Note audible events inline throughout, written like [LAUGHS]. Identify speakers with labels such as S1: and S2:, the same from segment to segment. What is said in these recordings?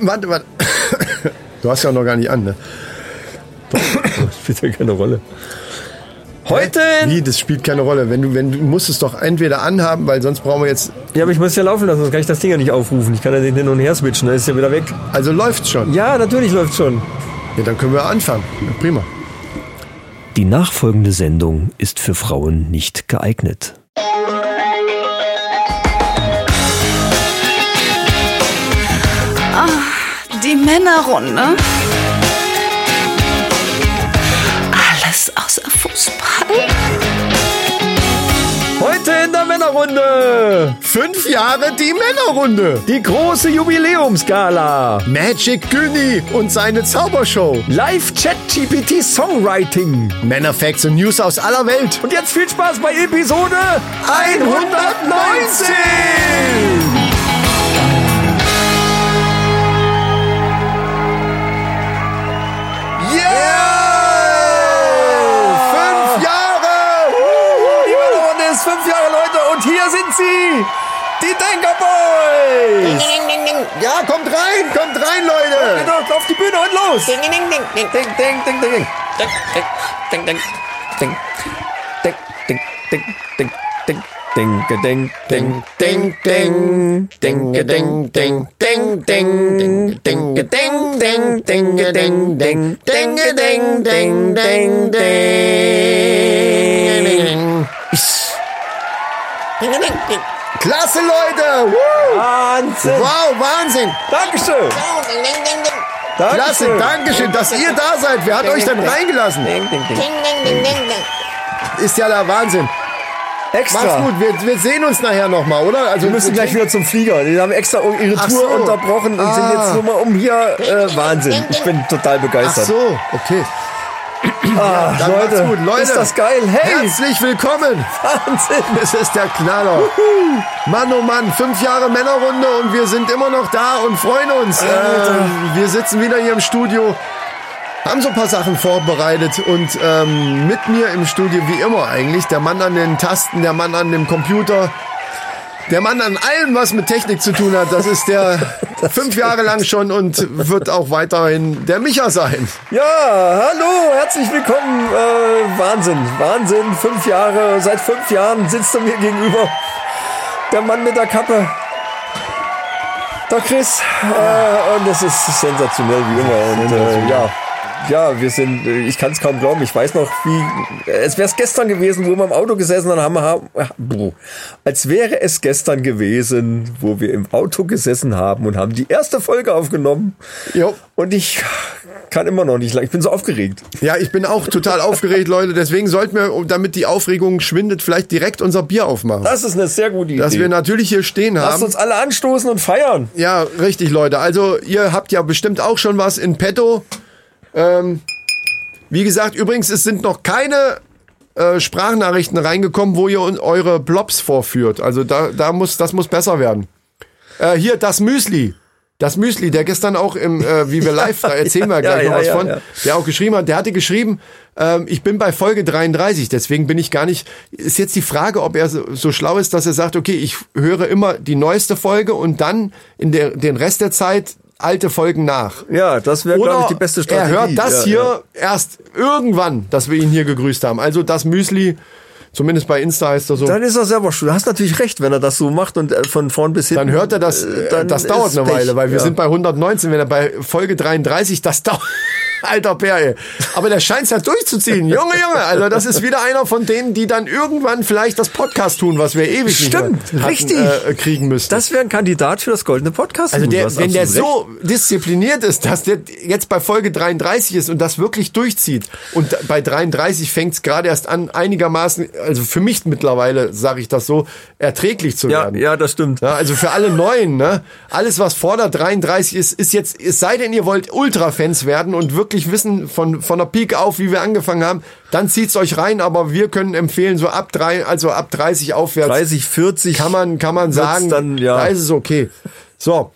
S1: warte, warte. Du hast ja auch noch gar nicht an, ne?
S2: Das spielt ja keine Rolle. Heute?
S1: Wie, das spielt keine Rolle. Wenn du, wenn du musst es doch entweder anhaben, weil sonst brauchen wir jetzt.
S2: Ja, aber ich muss ja laufen lassen, sonst kann ich das Ding ja nicht aufrufen. Ich kann ja nicht hin und her switchen, dann ist ja wieder weg.
S1: Also läuft's schon.
S2: Ja, natürlich läuft schon.
S1: Ja, dann können wir anfangen. Ja, prima.
S3: Die nachfolgende Sendung ist für Frauen nicht geeignet.
S4: Die Männerrunde. Alles außer Fußball.
S2: Heute in der Männerrunde.
S1: Fünf Jahre die Männerrunde.
S2: Die große Jubiläumsgala.
S1: Magic Günni und seine Zaubershow.
S2: Live Chat GPT Songwriting.
S1: Männerfacts und News aus aller Welt.
S2: Und jetzt viel Spaß bei Episode 119.
S1: Yeah! Fünf Jahre! Wuhu, die Männerrunde ist fünf Jahre, Leute. Und hier sind sie, die Denker Boys. Ja, kommt rein, kommt rein, Leute.
S2: Genau, auf die Bühne und los.
S1: Ding, ding, ding, ding, ding. Ding, ding, ding, ding, ding, ding, ding, ding, ding, ding, ding, ding, ding, ding, ding, ding, ding, ding, ding, ding. Klasse, Leute! Woo!
S2: Wahnsinn.
S1: Wow, Wahnsinn!
S2: Dankeschön.
S1: Klasse, Dankeschön, dass ihr da seid. Wer hat euch denn reingelassen? Ist ja der Wahnsinn. Macht's
S2: Extra.
S1: gut, wir, wir sehen uns nachher nochmal, oder? Also
S2: Wir müssen gleich wieder zum Flieger. Die haben extra ihre
S1: Ach
S2: Tour
S1: so.
S2: unterbrochen und sind
S1: Ah.
S2: jetzt nur mal um hier. Äh, Wahnsinn. Ich bin total
S1: Ach
S2: begeistert.
S1: so, okay.
S2: Ah,
S1: Dann
S2: Leute,
S1: macht's gut, Leute.
S2: ist das geil. Hey,
S1: Herzlich willkommen.
S2: Wahnsinn.
S1: Es ist der Knaller. Mann, oh Mann, fünf Jahre Männerrunde und wir sind immer noch da und freuen uns. Ähm, wir sitzen wieder hier im Studio, haben so ein paar Sachen vorbereitet und ähm, mit mir im Studio wie immer eigentlich der Mann an den Tasten, der Mann an dem Computer. Der Mann an allem, was mit Technik zu tun hat, das ist [LAUGHS] der fünf Jahre lang schon und wird auch weiterhin der Micha sein.
S2: Ja, hallo, herzlich willkommen. Äh, Wahnsinn, Wahnsinn. Fünf Jahre, seit fünf Jahren sitzt er mir gegenüber. Der Mann mit der Kappe. Der Chris. Äh, und das ist sensationell wie immer. Und äh, ja. Ja, wir sind, äh, ich kann es kaum glauben. Ich weiß noch, wie, es wäre es gestern gewesen, wo wir im Auto gesessen haben, haben, haben als wäre es gestern gewesen, wo wir im Auto gesessen haben und haben die erste Folge aufgenommen.
S1: Jo.
S2: Und ich kann immer noch nicht lang. Ich bin so aufgeregt.
S1: Ja, ich bin auch total aufgeregt, Leute. Deswegen sollten wir, damit die Aufregung schwindet, vielleicht direkt unser Bier aufmachen.
S2: Das ist eine sehr gute Idee.
S1: Dass wir natürlich hier stehen
S2: Lasst
S1: haben.
S2: uns alle anstoßen und feiern.
S1: Ja, richtig, Leute. Also, ihr habt ja bestimmt auch schon was in petto. Ähm, wie gesagt, übrigens, es sind noch keine äh, Sprachnachrichten reingekommen, wo ihr un- eure Blobs vorführt. Also, da, da muss, das muss besser werden. Äh, hier, das Müsli. Das Müsli, der gestern auch im, äh,
S2: [LAUGHS]
S1: wie wir live, da erzählen wir
S2: ja,
S1: gleich
S2: ja,
S1: noch was
S2: ja,
S1: von,
S2: ja.
S1: der auch geschrieben hat, der hatte geschrieben, ähm, ich bin bei Folge 33, deswegen bin ich gar nicht, ist jetzt die Frage, ob er so, so schlau ist, dass er sagt, okay, ich höre immer die neueste Folge und dann in der, den Rest der Zeit alte Folgen nach.
S2: Ja, das wäre,
S1: Oder
S2: glaube ich, die beste Strategie.
S1: er hört das
S2: ja,
S1: hier erst irgendwann, dass wir ihn hier gegrüßt haben. Also das Müsli, zumindest bei Insta heißt er so.
S2: Dann ist er selber schuld. Du hast natürlich recht, wenn er das so macht und äh, von vorn bis hinten.
S1: Dann hört er das,
S2: äh,
S1: äh, das dauert
S2: ist
S1: eine
S2: Pech.
S1: Weile, weil wir
S2: ja.
S1: sind bei 119, wenn er bei Folge 33, das [LAUGHS] dauert. Alter Perl. Aber der scheint es ja durchzuziehen. Junge, Junge. Also das ist wieder einer von denen, die dann irgendwann vielleicht das Podcast tun, was wir ewig
S2: Stimmt,
S1: nicht mehr hatten,
S2: richtig.
S1: Äh, kriegen müssten.
S2: Das wäre ein Kandidat für das goldene Podcast.
S1: also
S2: Du
S1: der,
S2: hast
S1: wenn der
S2: absolut recht.
S1: so diszipliniert ist, dass der jetzt bei Folge 33 ist und das wirklich durchzieht und bei 33 fängt es gerade erst an, einigermaßen, also für mich mittlerweile, sage ich das so, erträglich zu
S2: Ja,
S1: werden.
S2: ja, das stimmt.
S1: Ja, also für alle Neuen, ne? Alles, was vor der 33 ist, ist jetzt, es sei denn, ihr wollt Ultra-Fans werden und wirklich wissen von, von der Peak auf, wie wir angefangen haben, dann zieht's euch rein, aber wir können empfehlen, so ab drei, also ab 30 aufwärts
S2: 30, 40.
S1: kann man, kann man
S2: wird's
S1: sagen,
S2: dann, ja.
S1: da ist es okay. So.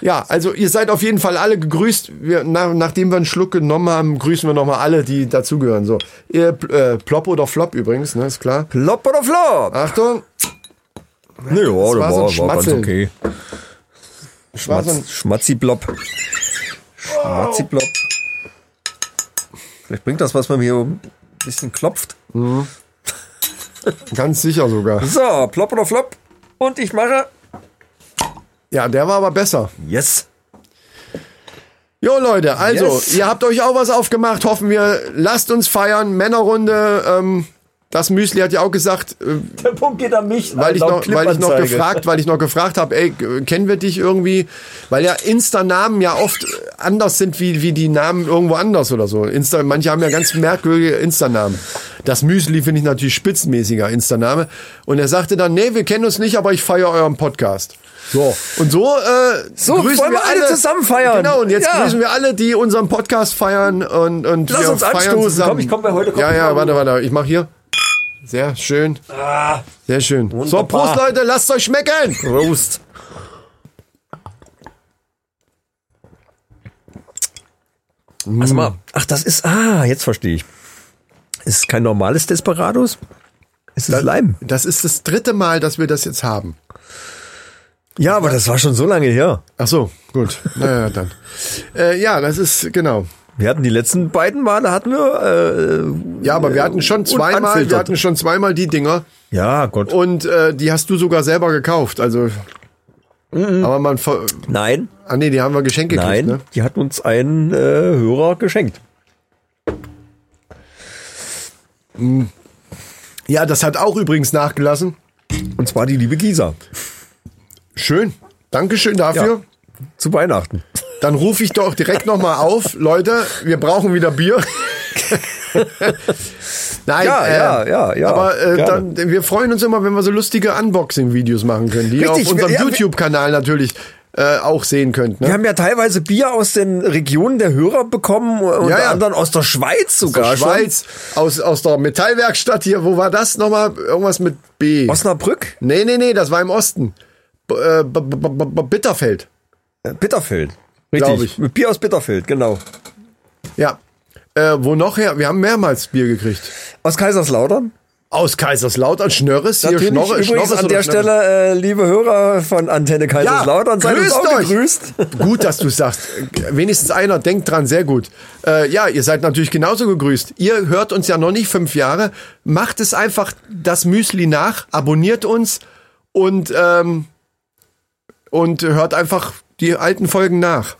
S1: Ja, also ihr seid auf jeden Fall alle gegrüßt. Wir, nach, nachdem wir einen Schluck genommen haben, grüßen wir nochmal alle, die dazugehören. So. Ihr, äh, Plop oder Flop übrigens, ne, ist klar.
S2: Plop oder flop?
S1: Achtung,
S2: Nö, ja,
S1: war so ein Schmatzeln.
S2: okay.
S1: Schwarz und
S2: Schmatzi-Blob. Marziplopp. Vielleicht bringt das was, wenn man hier ein bisschen klopft.
S1: Ganz sicher sogar.
S2: So, plopp oder flop. Und ich mache.
S1: Ja, der war aber besser.
S2: Yes.
S1: Jo Leute, also,
S2: Yes.
S1: ihr habt euch auch was aufgemacht, hoffen wir. Lasst uns feiern, Männerrunde. Ähm, das Müsli hat ja auch gesagt, äh,
S2: Der Punkt geht an mich.
S1: weil ich,
S2: Alter,
S1: noch, weil ich noch
S2: Clip-Anzeige.
S1: gefragt, weil ich noch gefragt habe, ey, äh, kennen wir dich irgendwie? Weil ja Insta-Namen ja oft äh, anders sind wie, wie die Namen irgendwo anders oder so. Insta, manche haben ja ganz merkwürdige Insta-Namen. Das Müsli finde ich natürlich spitzenmäßiger Insta-Name. Und er sagte dann, nee, wir kennen uns nicht, aber ich feiere euren Podcast. So. Und so, äh,
S2: So, wollen wir alle zusammen feiern.
S1: Genau, und jetzt
S2: Ja.
S1: grüßen wir alle, die unseren Podcast feiern und, und
S2: Lass
S1: wir
S2: uns
S1: feiern
S2: anstoßen.
S1: zusammen.
S2: Komm, ich komm bei heute, komm
S1: ja,
S2: ich
S1: ja,
S2: mal
S1: warte, warte, ich mach hier. Sehr schön. Sehr schön. So,
S2: Wunderbar.
S1: Prost, Leute, lasst euch schmecken.
S2: Prost. Also
S1: Mm.
S2: mal, ach, das ist, ah, jetzt verstehe ich. Ist es kein normales Desperados? Ist es Leim?
S1: Das ist das dritte Mal, dass wir das jetzt haben.
S2: Ja, aber das war schon so lange her.
S1: Ach so, gut. Naja, dann. Äh, ja, das ist, genau.
S2: Wir hatten die letzten beiden Male, hatten wir, äh,
S1: Ja, aber wir hatten schon zweimal, wir
S2: unfiltert.
S1: hatten schon zweimal die Dinger
S2: äh, ja, Gott.
S1: und äh, die hast du sogar selber gekauft. Also, aber man, ver
S2: nein,
S1: ah nee, die haben wir Geschenk gekriegt,
S2: Mhm. nein,
S1: ne?
S2: die hat uns ein äh, Hörer geschenkt.
S1: Ja, das hat auch übrigens nachgelassen.
S2: Und zwar die liebe Gisa.
S1: Schön. Dankeschön dafür.
S2: Zu Weihnachten.
S1: Dann rufe ich doch direkt nochmal auf. Leute, wir brauchen wieder
S2: [LAUGHS]
S1: Bier. Nein,
S2: Ja,
S1: äh,
S2: ja, ja, ja.
S1: Aber äh,
S2: Gerne.
S1: dann, wir freuen uns immer, wenn wir so lustige Unboxing-Videos machen können, die
S2: Richtig,
S1: ihr auf unserem
S2: wir- ja, wir-
S1: YouTube-Kanal natürlich äh, auch sehen könnt. Ne?
S2: Wir haben ja teilweise Bier aus den Regionen der Hörer bekommen, äh, unter
S1: ja.
S2: anderem aus der Schweiz sogar.
S1: aus der
S2: schon.
S1: Schweiz, aus, aus der Metallwerkstatt hier. Wo war das nochmal? Irgendwas mit B.
S2: Osnabrück?
S1: nee, nee, nee, das war im Osten. B äh, B B B B Bitterfeld.
S2: Äh, Bitterfeld.
S1: Glaub ich.
S2: Mit Bier aus Bitterfeld, genau.
S1: Ja. Äh, wo noch her? Wir haben mehrmals Bier gekriegt.
S2: Aus Kaiserslautern.
S1: Aus Kaiserslautern, Schnörres, hier
S2: Natürlich
S1: Schnorre,
S2: übrigens
S1: Schnorres
S2: an
S1: oder
S2: der
S1: Schnörres?
S2: Stelle, äh, liebe Hörer von Antenne Kaiserslautern, seid uns
S1: grüßt
S2: auch
S1: euch.
S2: gegrüßt.
S1: [LAUGHS] Gut, dass du sagst. Wenigstens einer denkt dran, sehr gut. Äh, ja, ihr seid natürlich genauso gegrüßt. Ihr hört uns ja noch nicht fünf Jahre. Macht es einfach das Müsli nach, abonniert uns und, ähm, und hört einfach die alten Folgen nach.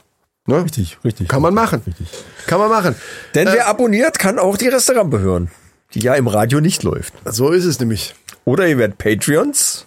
S1: Ne? Richtig, richtig. Kann man machen. Richtig. Kann man machen.
S2: Denn
S1: Äh.
S2: wer abonniert, kann auch die Restaurantbe hören, die ja im Radio nicht läuft.
S1: So ist es nämlich.
S2: Oder ihr werdet Patreons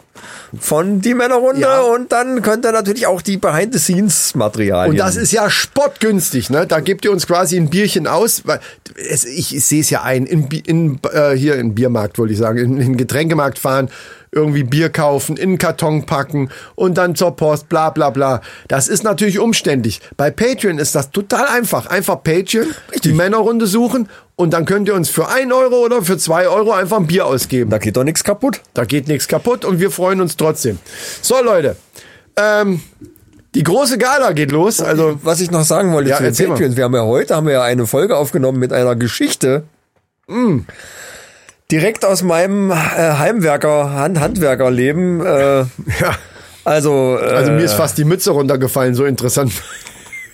S2: von die Männerrunde
S1: Ja.
S2: und dann könnt ihr natürlich auch die Behind-the-Scenes-Materialien.
S1: Und das ist ja spottgünstig, ne? Da gebt ihr uns quasi ein Bierchen aus, weil es, ich, ich sehe es ja ein, in, Bi- in, äh, hier in Biermarkt wollte ich sagen, in, in den Getränkemarkt fahren, irgendwie Bier kaufen, in einen Karton packen und dann zur Post, bla bla bla. Das ist natürlich umständlich. Bei Patreon ist das total einfach. Einfach Patreon, die Männerrunde suchen und dann könnt ihr uns für ein Euro oder für zwei Euro einfach ein Bier ausgeben.
S2: da geht doch nichts kaputt.
S1: Da geht nichts kaputt und wir freuen uns trotzdem. So Leute, ähm, die große Gala geht los. Also
S2: was ich noch sagen wollte
S1: Ja,
S2: zu den
S1: erzähl mal.
S2: Patreons, wir haben ja heute haben wir ja eine Folge aufgenommen mit einer Geschichte.
S1: Mm.
S2: Direkt aus meinem äh, Heimwerker, Hand Handwerkerleben. Äh,
S1: Ja, [LAUGHS]
S2: also, äh,
S1: also mir ist fast die Mütze runtergefallen, so interessant [LAUGHS]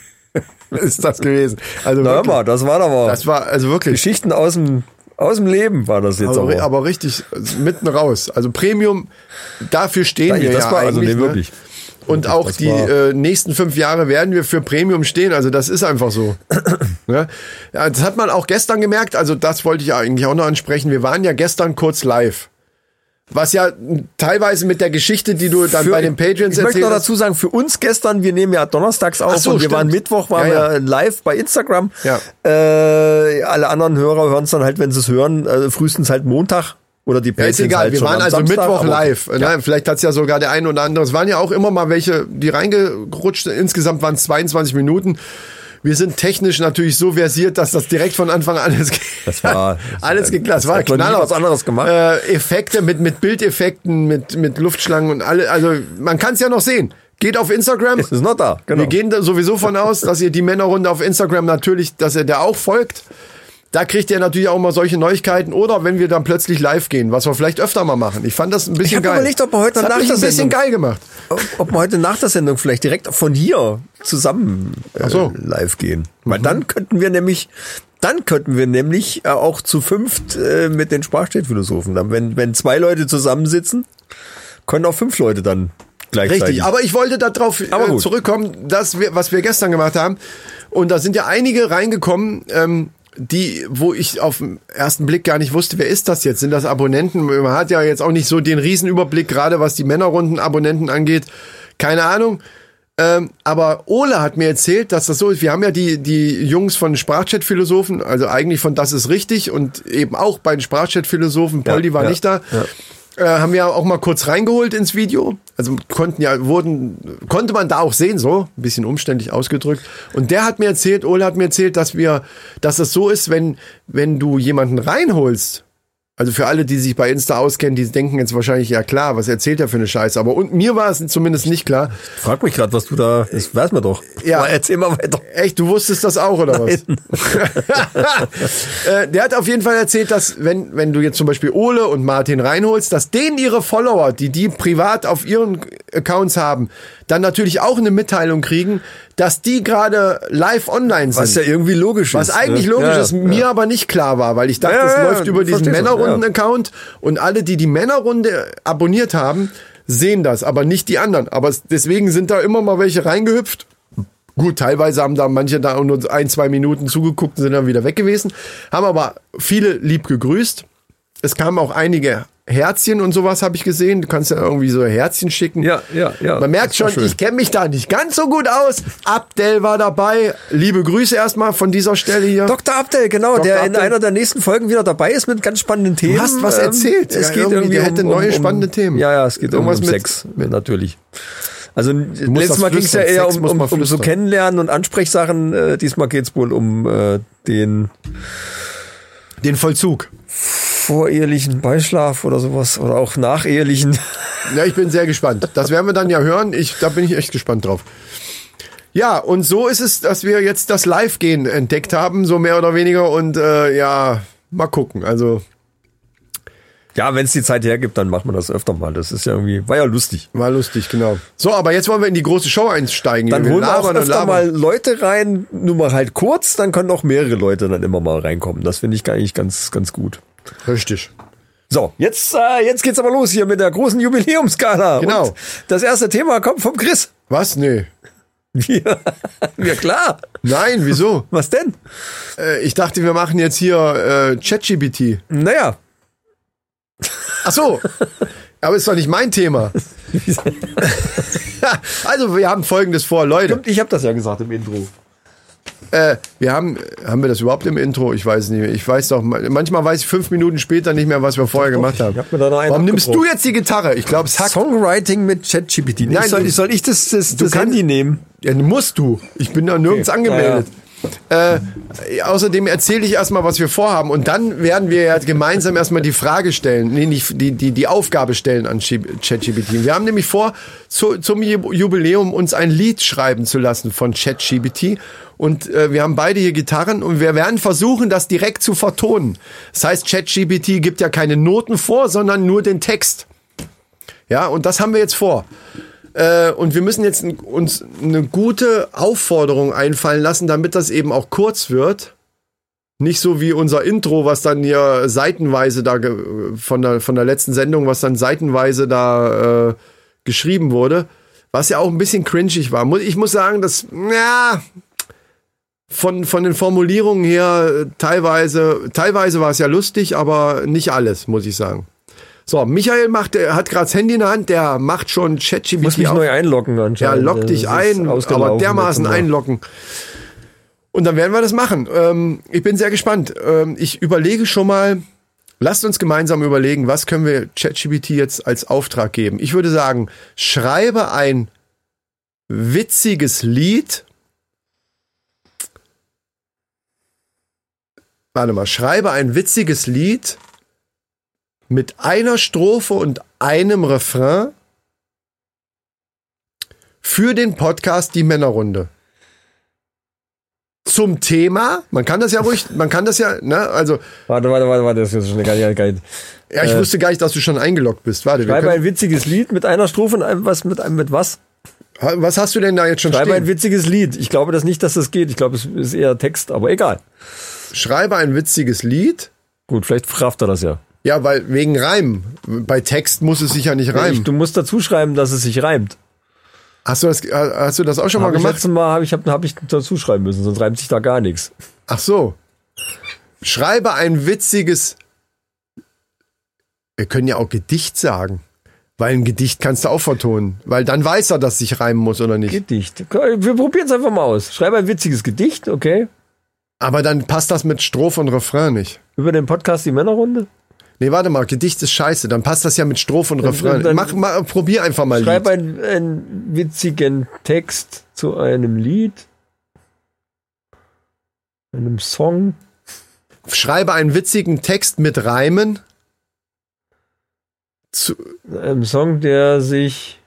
S1: ist das gewesen. Also
S2: na, hör
S1: wirklich,
S2: mal, das war doch mal.
S1: das war also wirklich,
S2: Geschichten aus dem aus dem Leben war das jetzt
S1: aber,
S2: aber.
S1: ri- aber richtig also mitten raus. Also Premium, dafür stehen
S2: Ja,
S1: wir
S2: das
S1: ja
S2: war also
S1: eigentlich.
S2: nee,
S1: ne?
S2: wirklich.
S1: Und auch
S2: das
S1: die
S2: war-
S1: äh, nächsten fünf Jahre werden wir für Premium stehen. Also das ist einfach
S2: [COUGHS]
S1: so. ne? ja, das hat man auch gestern gemerkt. Also das wollte ich eigentlich auch noch ansprechen. Wir waren ja gestern kurz live. Was ja m, teilweise mit der Geschichte, die du dann bei den Patreons
S2: ich möchte
S1: erzählt
S2: noch
S1: hast,
S2: dazu sagen, für uns gestern, wir nehmen ja donnerstags auf
S1: Ach so,
S2: und wir
S1: stimmt.
S2: waren Mittwoch, waren
S1: Ja, ja.
S2: wir live bei Instagram.
S1: Ja.
S2: Äh, alle anderen Hörer hören es dann halt, wenn sie es hören, äh, frühestens halt Montag oder die
S1: Ja,
S2: Patreons
S1: ist egal,
S2: halt
S1: wir
S2: schon
S1: waren
S2: am
S1: also
S2: Samstag,
S1: Mittwoch
S2: aber-
S1: live. Ne? Vielleicht hat's ja sogar der eine oder andere. Es waren ja auch immer mal welche, die reingerutscht sind. Insgesamt waren es 22 Minuten. Wir sind technisch natürlich so versiert, dass das direkt von Anfang an alles,
S2: Das war-
S1: [LAUGHS] alles
S2: das
S1: geklappt. Das war
S2: hat noch nie
S1: Knaller.
S2: was anderes gemacht.
S1: Äh, Effekte mit, mit Bildeffekten, mit, mit Luftschlangen und alle. Also man kann's ja noch sehen. Geht auf Instagram.
S2: Es ist noch da, genau.
S1: Wir gehen da sowieso von aus, dass ihr die Männerrunde auf Instagram natürlich, dass ihr der auch folgt. Da kriegt ihr natürlich auch mal solche Neuigkeiten oder wenn wir dann plötzlich live gehen, was wir vielleicht öfter mal machen. Ich fand das ein bisschen
S2: hab
S1: geil.
S2: überlegt, ob wir heute
S1: Das hat
S2: nach
S1: mich
S2: der
S1: ein bisschen
S2: Sendung-
S1: geil gemacht.
S2: Ob, ob wir heute nach der Sendung vielleicht direkt von hier zusammen äh,
S1: Ach so.
S2: live gehen. Weil dann könnten wir nämlich, dann könnten wir nämlich äh, auch zu fünft äh, mit den Sprachstädtphilosophen. Dann, wenn, wenn zwei Leute zusammensitzen, können auch fünf Leute dann gleichzeitig.
S1: Richtig, aber ich wollte darauf
S2: Aber
S1: äh,
S2: gut.
S1: zurückkommen, dass wir, was wir gestern gemacht haben. Und da sind ja einige reingekommen, ähm, die, wo ich auf den ersten Blick gar nicht wusste, wer ist das jetzt? Sind das Abonnenten? Man hat ja jetzt auch nicht so den Riesenüberblick, gerade was die Männerrunden-Abonnenten angeht. Keine Ahnung. Ähm, aber Ole hat mir erzählt, dass das so ist. Wir haben ja die, die Jungs von Sprachchat-Philosophen, also eigentlich von Das ist richtig und eben auch bei den Sprachchat-Philosophen, Poldi war
S2: ja,
S1: nicht da, äh, haben wir auch mal kurz reingeholt ins Video. Also konnten ja, wurden, konnte man da auch sehen, so, ein bisschen umständlich ausgedrückt. Und der hat mir erzählt, Ole hat mir erzählt, dass wir, dass es so ist, wenn, wenn du jemanden reinholst, also für alle, die sich bei Insta auskennen, die denken jetzt wahrscheinlich, ja klar, was erzählt er für eine Scheiße. Aber und mir war es zumindest nicht klar.
S2: Frag mich gerade, was du da, das weiß man doch.
S1: Ja.
S2: Aber erzähl mal weiter.
S1: Echt, du wusstest das auch, oder was? [LAUGHS] Äh, Der hat auf jeden Fall erzählt, dass wenn, wenn du jetzt zum Beispiel Ole und Martin reinholst, dass denen ihre Follower, die die privat auf ihren Accounts haben, dann natürlich auch eine Mitteilung kriegen, dass die gerade live online sind.
S2: Was ja irgendwie logisch
S1: Was
S2: ist.
S1: eigentlich
S2: ne?
S1: logisch
S2: Ja,
S1: ist,
S2: ja.
S1: mir aber nicht klar war, weil ich dachte,
S2: Ja,
S1: es
S2: ja, ja,
S1: läuft über diesen
S2: versteh schon,
S1: Männerrunden-Account und alle, die die Männerrunde abonniert haben, sehen das, aber nicht die anderen. Aber es- deswegen sind da immer mal welche reingehüpft. Gut, teilweise haben da manche da auch nur ein, zwei Minuten zugeguckt und sind dann wieder weg gewesen, haben aber viele lieb gegrüßt. Es kamen auch einige Herzchen und sowas habe ich gesehen. Du kannst ja irgendwie so Herzchen schicken.
S2: Ja, ja, ja.
S1: Man merkt
S2: Das war
S1: schon,
S2: schön.
S1: ich kenne mich da nicht ganz so gut aus. Abdel war dabei. Liebe Grüße erstmal von dieser Stelle hier.
S2: Dr. Abdel, genau,
S1: Dr.
S2: der in
S1: Abdel.
S2: einer der nächsten Folgen wieder dabei ist mit ganz spannenden Themen. Ähm,
S1: hast was erzählt.
S2: Es
S1: Ja,
S2: geht
S1: irgendwie,
S2: irgendwie,
S1: der
S2: um,
S1: hätte
S2: um,
S1: neue
S2: um,
S1: spannende Themen.
S2: Ja, ja, es geht
S1: Irgendwas
S2: um, um
S1: mit-
S2: Sex, natürlich. Also
S1: musst
S2: letztes
S1: das
S2: Mal ging es ja
S1: flüstern.
S2: eher
S1: Sex
S2: um,
S1: muss
S2: um,
S1: man
S2: um so
S1: flüstern.
S2: Kennenlernen und Ansprechsachen. Äh, diesmal geht es wohl um äh, den
S1: Den Vollzug.
S2: vorehelichen Beischlaf oder sowas oder auch nachehelichen. [LAUGHS]
S1: Ja, ich bin sehr gespannt. Das werden wir dann ja hören. Ich, da bin ich echt gespannt drauf. Ja, und so ist es, dass wir jetzt das Live-Gehen entdeckt haben, so mehr oder weniger. Und äh, ja, mal gucken. Also
S2: Ja, wenn es die Zeit hergibt, dann macht man das öfter mal. Das ist ja irgendwie, war ja lustig.
S1: war lustig, genau. So, aber jetzt wollen wir in die große Show einsteigen.
S2: Dann
S1: Wir
S2: holen wir auch
S1: labern und
S2: öfter
S1: labern.
S2: mal Leute rein, nur mal halt kurz, dann können auch mehrere Leute dann immer mal reinkommen. Das finde ich eigentlich ganz, ganz gut.
S1: Richtig.
S2: So, jetzt, äh, jetzt geht's aber los hier mit der großen Jubiläumskala.
S1: Genau.
S2: Und das erste Thema kommt vom Chris.
S1: Was? Nee.
S2: Ja, [LAUGHS] ja klar.
S1: Nein,
S2: [LAUGHS]
S1: wieso?
S2: Was denn?
S1: äh, ich dachte, wir machen jetzt hier äh, ChatGPT.
S2: Naja,
S1: Ach so. Aber ist doch nicht mein Thema. also, wir haben folgendes vor, Leute.
S2: ich habe das ja gesagt im Intro.
S1: Äh, wir haben, haben wir das überhaupt im Intro? Ich weiß nicht mehr. Ich weiß doch, manchmal weiß ich fünf Minuten später nicht mehr, was wir vorher gemacht haben.
S2: hab mir da noch einen
S1: Warum nimmst du
S2: abgebrochen.
S1: jetzt die Gitarre? Ich glaube, es hackt.
S2: Songwriting mit ChatGPT. Nein,
S1: Nein,
S2: soll,
S1: du-
S2: soll ich das, das,
S1: du
S2: das
S1: kannst-
S2: Handy nehmen?
S1: Ja, ne, musst du. Ich bin da nirgends
S2: Okay.
S1: angemeldet. Äh, außerdem erzähle ich erstmal, was wir vorhaben und dann werden wir ja gemeinsam erstmal die Frage stellen, nee, nicht die, die, die Aufgabe stellen an Chib- ChatGPT. Wir haben nämlich vor, zu, zum Ju- Jubiläum uns ein Lied schreiben zu lassen von ChatGPT und äh, wir haben beide hier Gitarren und wir werden versuchen, das direkt zu vertonen. Das heißt, ChatGPT gibt ja keine Noten vor, sondern nur den Text. Ja, und das haben wir jetzt vor. Äh, und wir müssen jetzt n- uns eine gute Aufforderung einfallen lassen, damit das eben auch kurz wird. Nicht so wie unser Intro, was dann hier seitenweise da ge- von der, von der letzten Sendung, was dann seitenweise da äh, geschrieben wurde, was ja auch ein bisschen cringig war. Mu- Ich muss sagen, dass, ja, von, von den Formulierungen her äh, teilweise, teilweise war es ja lustig, aber nicht alles, muss ich sagen. So, Michael macht, der hat gerade das Handy in der Hand, der macht schon ChatGPT
S2: Muss mich
S1: auf.
S2: neu einloggen
S1: Ja,
S2: anscheinend.
S1: lock dich
S2: Das ist
S1: ein,
S2: ausgelaufen
S1: aber dermaßen
S2: jetzt mal.
S1: einlocken. Und dann werden wir das machen. Ähm, ich bin sehr gespannt. Ähm, ich überlege schon mal, lasst uns gemeinsam überlegen, was können wir ChatGPT jetzt als Auftrag geben. Ich würde sagen, schreibe ein witziges Lied. Warte mal, schreibe ein witziges Lied mit einer Strophe und einem Refrain für den Podcast Die Männerrunde. zum Thema. Man kann das ja ruhig, man kann das ja, ne, also,
S2: Warte, warte, warte, warte, das ist schon eine Kleinigkeit.
S1: ja,
S2: Äh.
S1: ich wusste gar nicht, dass du schon eingeloggt bist. Warte, wir
S2: Schreibe ein
S1: können,
S2: witziges Lied mit einer Strophe und einem, was mit einem mit was?
S1: Ha- was hast du denn da jetzt schon
S2: Schreibe ein
S1: stehen?
S2: witziges Lied. Ich glaube das nicht, dass das geht. Ich glaube, es ist eher Text, aber egal.
S1: Schreibe ein witziges Lied.
S2: Gut, vielleicht rafft er das ja.
S1: Ja, weil wegen Reimen. Bei Text muss es sich ja nicht
S2: Ich,
S1: reimen.
S2: du musst dazu schreiben, dass es sich reimt.
S1: Hast du das, hast du das auch schon mal
S2: Hab ich
S1: gemacht?
S2: letztes Mal habe ich, hab, hab ich dazu schreiben müssen, sonst reimt sich da gar nichts.
S1: Ach so. Schreibe ein witziges. Wir können ja auch Gedicht sagen. Weil ein Gedicht kannst du auch vertonen. Weil dann weiß er, dass sich reimen muss oder nicht.
S2: Gedicht. Wir probieren es einfach mal aus. Schreibe ein witziges Gedicht, okay?
S1: Aber dann passt das mit Strophe und Refrain nicht.
S2: Über den Podcast Die Männerrunde.
S1: Nee, warte mal, Gedicht ist scheiße. Dann passt das ja mit Strophe und Refrain.
S2: dann-
S1: Mach mal, probier einfach mal
S2: Schreib
S1: Lied.
S2: einen, einen witzigen Text zu einem Lied. Einem Song.
S1: Schreibe einen witzigen Text mit Reimen. Zu,
S2: Einem Song, der sich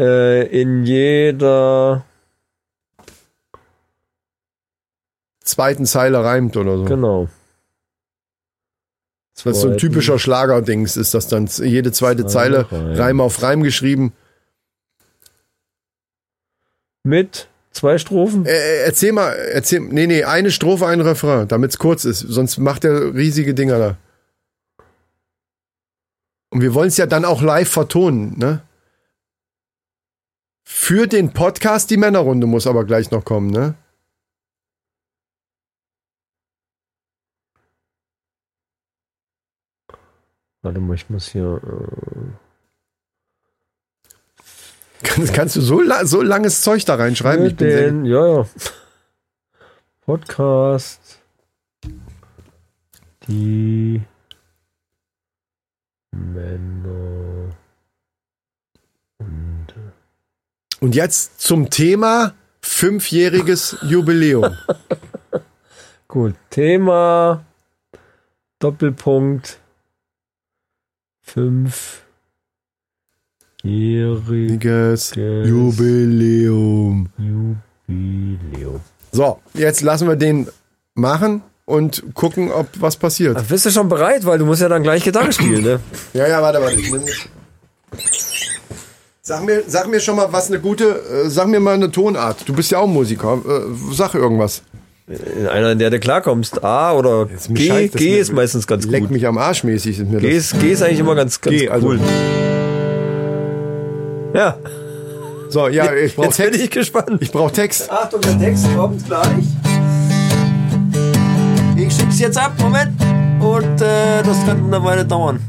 S2: äh, in jeder.
S1: zweiten Zeile reimt oder so.
S2: Genau.
S1: Das ist so ein
S2: Zweiten-
S1: typischer Schlagerdings, ist das dann jede zweite
S2: Zeile
S1: Zeile
S2: Reim.
S1: Reim auf Reim geschrieben.
S2: Mit zwei Strophen.
S1: Äh, äh, erzähl mal, erzähl, nee, nee, eine Strophe, ein Refrain, damit es kurz ist. Sonst macht er riesige Dinger da. Und wir wollen es ja dann auch live vertonen, ne? Für den Podcast die Männerrunde muss aber gleich noch kommen, ne?
S2: Warte mal, ich muss hier. Äh,
S1: Kannst, kannst du so, la so langes Zeug da reinschreiben?
S2: Für
S1: Ich bin sehr,
S2: den, ja, ja. Podcast. Die Männer.
S1: und jetzt zum Thema fünfjähriges Jubiläum.
S2: Gut, Thema. Doppelpunkt. Fünf. Jährige
S1: Fünfjähriges Jubiläum.
S2: Jubiläum.
S1: So, jetzt lassen wir den machen und gucken, ob was passiert.
S2: Bist du schon bereit, weil du musst ja dann gleich Gitarre spielen, ne?
S1: Ja, ja, warte, warte. Ich nehm- Sag mir, sag mir schon mal, was eine gute, äh, sag mir mal eine Tonart. Du bist ja auch Musiker. Äh, sag irgendwas.
S2: In einer, in der du klarkommst. A oder
S1: mir
S2: G.
S1: scheiß- das
S2: G
S1: mir-
S2: ist meistens ganz
S1: Leck
S2: gut.
S1: mich am Arsch mäßig ist mir
S2: G
S1: das.
S2: ist, G ist eigentlich immer ganz, ganz
S1: G, also-
S2: cool. Ja, [LAUGHS]
S1: So, ja, ich brauch
S2: jetzt bin
S1: Text.
S2: ich gespannt.
S1: Ich brauch Text.
S2: Achtung, der Text kommt gleich. Ich schick's jetzt ab, Moment. Und äh, das kann eine Weile dauern.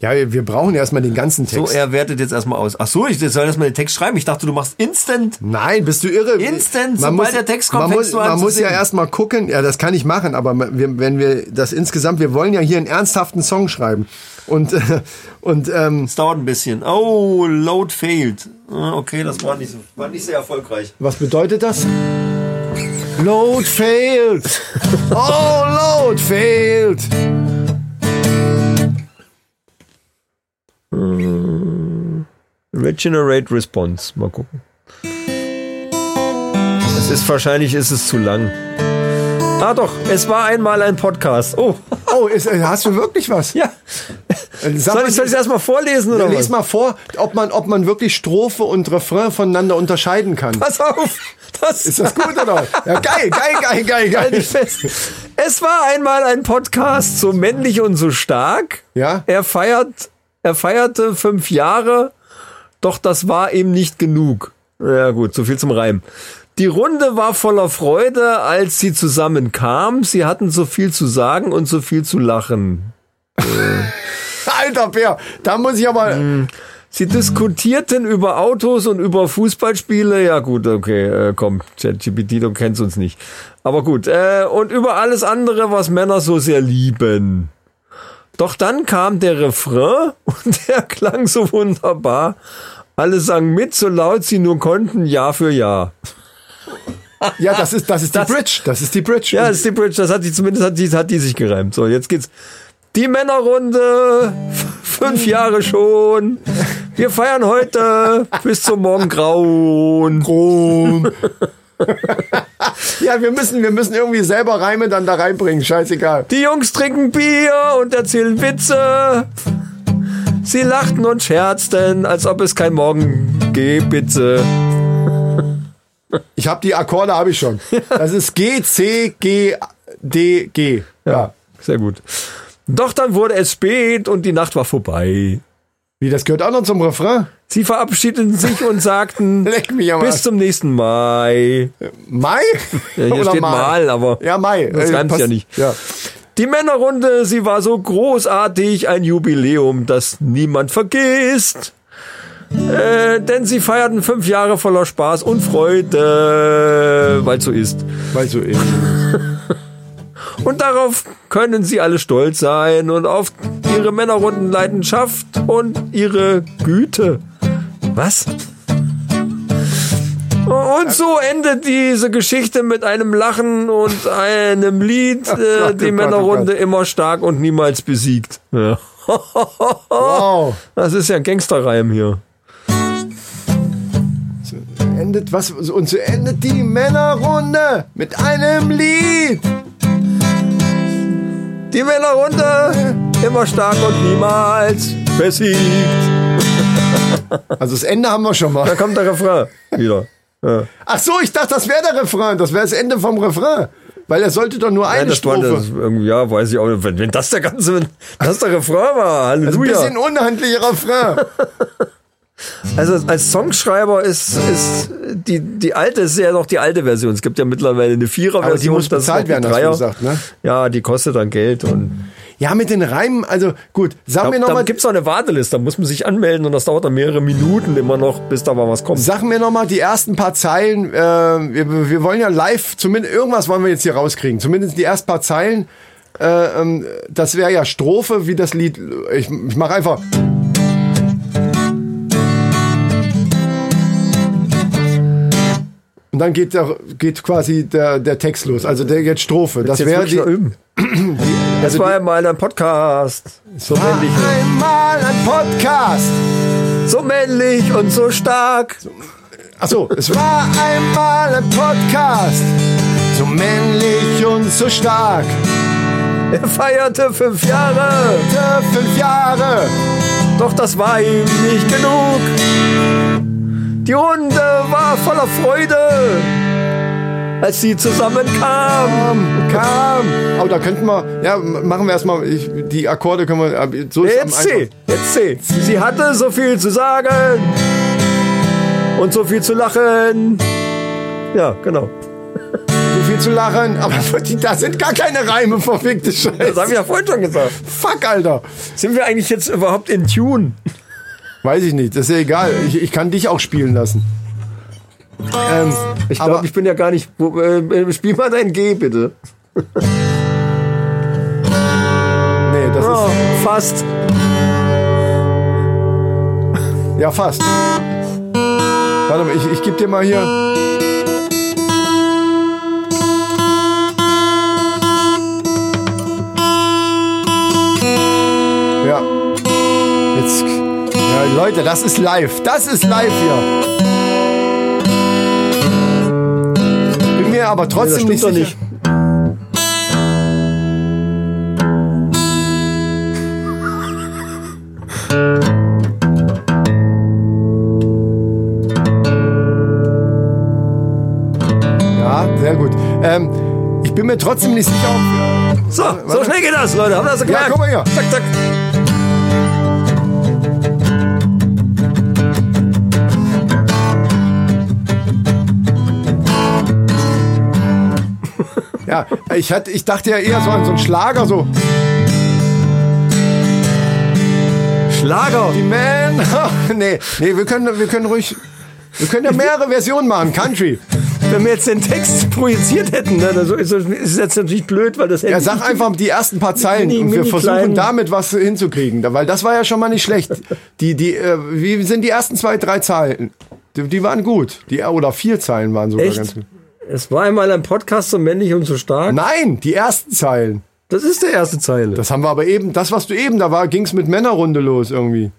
S1: Ja, wir- wir brauchen erstmal den ganzen
S2: So,
S1: Text.
S2: er wertet jetzt erstmal aus. Ach so, ich soll erstmal den Text schreiben. Ich dachte, du machst instant.
S1: Nein, bist du irre?
S2: Instant, sobald der Text kommt,
S1: man
S2: fängst
S1: muss,
S2: du an
S1: Man
S2: zu
S1: muss ja
S2: singen.
S1: erstmal gucken, ja, das kann ich machen, aber wir, wenn wir das insgesamt, wir wollen ja hier einen ernsthaften Song schreiben. Und, [LAUGHS] äh, und ähm,
S2: Es dauert ein bisschen. Oh, Load failed. Ah, Okay, das war nicht, so, war nicht sehr erfolgreich.
S1: Was bedeutet das? Load failed. Oh, load failed.
S2: Regenerate Response. Mal gucken. Es ist wahrscheinlich ist es zu lang. Ah doch, es war einmal ein Podcast. Oh, [LAUGHS]
S1: Oh, ist, äh, hast du wirklich was?
S2: ja.
S1: Äh, Sag äh,
S2: Soll ich es erstmal vorlesen oder
S1: Lies
S2: was?
S1: mal vor, ob man, ob man wirklich Strophe und Refrain voneinander unterscheiden kann.
S2: Pass auf. Das
S1: Ist das gut oder? was? Ja, geil, geil, geil, geil,
S2: Halt
S1: geil.
S2: dich fest. Es war einmal ein Podcast, so männlich und so stark.
S1: Ja.
S2: Er feiert, er feierte fünf Jahre, doch das war ihm nicht genug. Ja gut, so viel zum Reim. Die Runde war voller Freude, als sie zusammenkam. Sie hatten so viel zu sagen und so viel zu lachen.
S1: Alter Bär, da muss ich aber.
S2: Sie diskutierten über Autos und über Fußballspiele. Ja gut, okay, äh, komm, ChatGPT, du kennst uns nicht. Aber gut, äh, und über alles andere, was Männer so sehr lieben. Doch dann kam der Refrain [LAUGHS] und der klang so wunderbar. Alle sangen mit, so laut sie nur konnten, Jahr für Jahr.
S1: Ja, das ist, das ist die
S2: Das-
S1: Bridge. Das ist die Bridge.
S2: Ja, das ist die Bridge, das hat die zumindest hat die, hat die sich gereimt. So, jetzt geht's. Die Männerrunde, f- fünf Jahre schon. Wir feiern heute bis zum Morgen grauen.
S1: Ja, wir müssen, wir müssen irgendwie selber Reime dann da reinbringen. Scheißegal.
S2: Die Jungs trinken Bier und erzählen Witze. Sie lachten und scherzten, als ob es kein Morgen gäbe, bitte.
S1: Ich habe die Akkorde, habe ich schon. Das ist G, C, G, D, G. Ja.
S2: Sehr gut. Doch dann wurde es spät und die Nacht war vorbei.
S1: Wie, das gehört auch noch zum Refrain?
S2: Sie verabschiedeten sich und sagten
S1: Leck mich am
S2: bis
S1: Arsch.
S2: zum nächsten Mai.
S1: Mai?
S2: Ja, hier
S1: Oder
S2: steht Mal, aber
S1: Ja, Mai.
S2: Das reimt
S1: passt-
S2: ja nicht.
S1: Ja.
S2: die Männerrunde, sie war so großartig, ein Jubiläum, das niemand vergisst. Äh, denn sie feierten fünf Jahre voller Spaß und Freude, weil so ist.
S1: Weil so ist.
S2: [LAUGHS] Und darauf können sie alle stolz sein und auf ihre Männerrundenleidenschaft und ihre Güte. Was? Und so endet diese Geschichte mit einem Lachen und einem Lied, äh,
S1: Gott,
S2: die
S1: oh Gott, oh
S2: Männerrunde immer stark und niemals besiegt. Ja. Oh.
S1: Wow.
S2: Das ist ja ein Gangsterreim hier.
S1: Endet was? Und so endet die Männerrunde mit einem Lied.
S2: Die Männerrunde immer stark und niemals besiegt.
S1: Also das Ende haben wir schon
S2: Da [LAUGHS]
S1: mal.
S2: kommt der Refrain wieder. Ja.
S1: Ach so, ich dachte, das wäre der Refrain. Das wäre das Ende vom Refrain. Weil er sollte doch nur eine
S2: Nein, das war
S1: Strophe.
S2: das irgendwie, ja, weiß ich auch nicht. Wenn, wenn das der ganze, wenn das der Refrain war,
S1: Also ein
S2: Halleluja.
S1: bisschen unhandlicher Refrain.
S2: [LAUGHS] Also als Songschreiber ist, ist die, die alte, ist ja noch die alte Version. Es gibt ja mittlerweile eine Vierer-Version.
S1: Aber die muss
S2: das ist
S1: bezahlt
S2: noch die
S1: werden, hast du
S2: Dreier.
S1: gesagt, ne?
S2: Ja, die kostet dann Geld und
S1: Ja, mit den Reimen, also gut, sag
S2: da,
S1: mir noch
S2: da
S1: mal,
S2: gibt's noch eine Warteliste, da muss man sich anmelden und das dauert dann mehrere Minuten immer noch, bis da mal was kommt.
S1: sag mir noch mal die ersten paar Zeilen. Äh, wir, wir wollen ja live, zumindest irgendwas wollen wir jetzt hier rauskriegen. Zumindest die ersten paar Zeilen. Äh, ähm, das wäre ja Strophe, wie das Lied. Ich, ich mache einfach. Und dann geht, der, geht quasi der, der Text los. Also der jetzt Strophe. Das
S2: Jetzt
S1: wäre die.
S2: wirklich noch üben.
S1: also
S2: Das war ja mal ein Podcast. So
S1: war
S2: männlich,
S1: Ah, einmal ein Podcast.
S2: so männlich und so stark.
S1: Ach so, es war einmal ein Podcast. So männlich und so stark.
S2: Er feierte fünf Jahre.
S1: Hatte Fünf Jahre.
S2: Doch das war ihm nicht genug. Die Runde war voller Freude, als sie zusammenkamen.
S1: Kam, kam. Aber da könnten wir, ja, m- machen wir erstmal, ich, die Akkorde können wir, ab- so ist am
S2: Jetzt sie,
S1: einfachsten.
S2: jetzt sie. Sie hatte so viel zu sagen und so viel zu lachen. Ja, genau.
S1: so viel zu lachen. Aber [LAUGHS] die- da sind gar keine Reime, verfickte
S2: Das habe ich
S1: Scheiße.
S2: ja vorhin schon gesagt.
S1: Fuck, Alter.
S2: Sind wir eigentlich jetzt überhaupt in Tune?
S1: Weiß ich nicht, das ist ja egal. Ich, ich kann dich auch spielen lassen. Ähm,
S2: Ich
S1: Aber-
S2: glaube, ich bin ja gar nicht. wo- äh, äh, Spiel mal dein G, bitte.
S1: nee, das
S2: Oh, fast.
S1: ist, ja fast. Warte mal, ich, ich gebe dir mal hier, ja. Jetzt, ja, Leute, das ist live. Das ist live hier. Bin mir aber trotzdem
S2: stimmt
S1: nicht
S2: doch
S1: sicher. [LAUGHS]
S2: nicht.
S1: Ja, sehr gut. Ähm, ich bin mir trotzdem nicht sicher, ob
S2: So, so schnell geht das, Leute. Habt ihr das gemerkt?
S1: guck mal hier.
S2: Zack, zack.
S1: Ja, ich, hatte, ich dachte ja eher so an so einen Schlager, so.
S2: Schlager.
S1: Die [LAUGHS] Männer. Nee, nee, wir können, wir können ruhig. Wir können ja mehrere Versionen machen. Country.
S2: Wenn wir jetzt den Text projiziert hätten, ne, dann so ist, es- ist es jetzt natürlich blöd, weil das hätte
S1: Ja,
S2: ich-
S1: sag einfach die ersten paar Zeilen
S2: Mini-
S1: und wir
S2: mini
S1: versuchen
S2: kleinen-
S1: damit was hinzukriegen. Da- Weil das war ja schon mal nicht schlecht. Die, die, äh, wie sind die ersten zwei, drei Zeilen? Die, die waren gut. Die, oder vier Zeilen waren sogar ganz
S2: Echt?
S1: gut.
S2: Es war einmal ein Podcast so männlich und so stark.
S1: Nein, die ersten Zeilen.
S2: Das ist der erste Zeile.
S1: Das haben wir aber eben, das, was du eben, da war, ging's mit Männerrunde los irgendwie.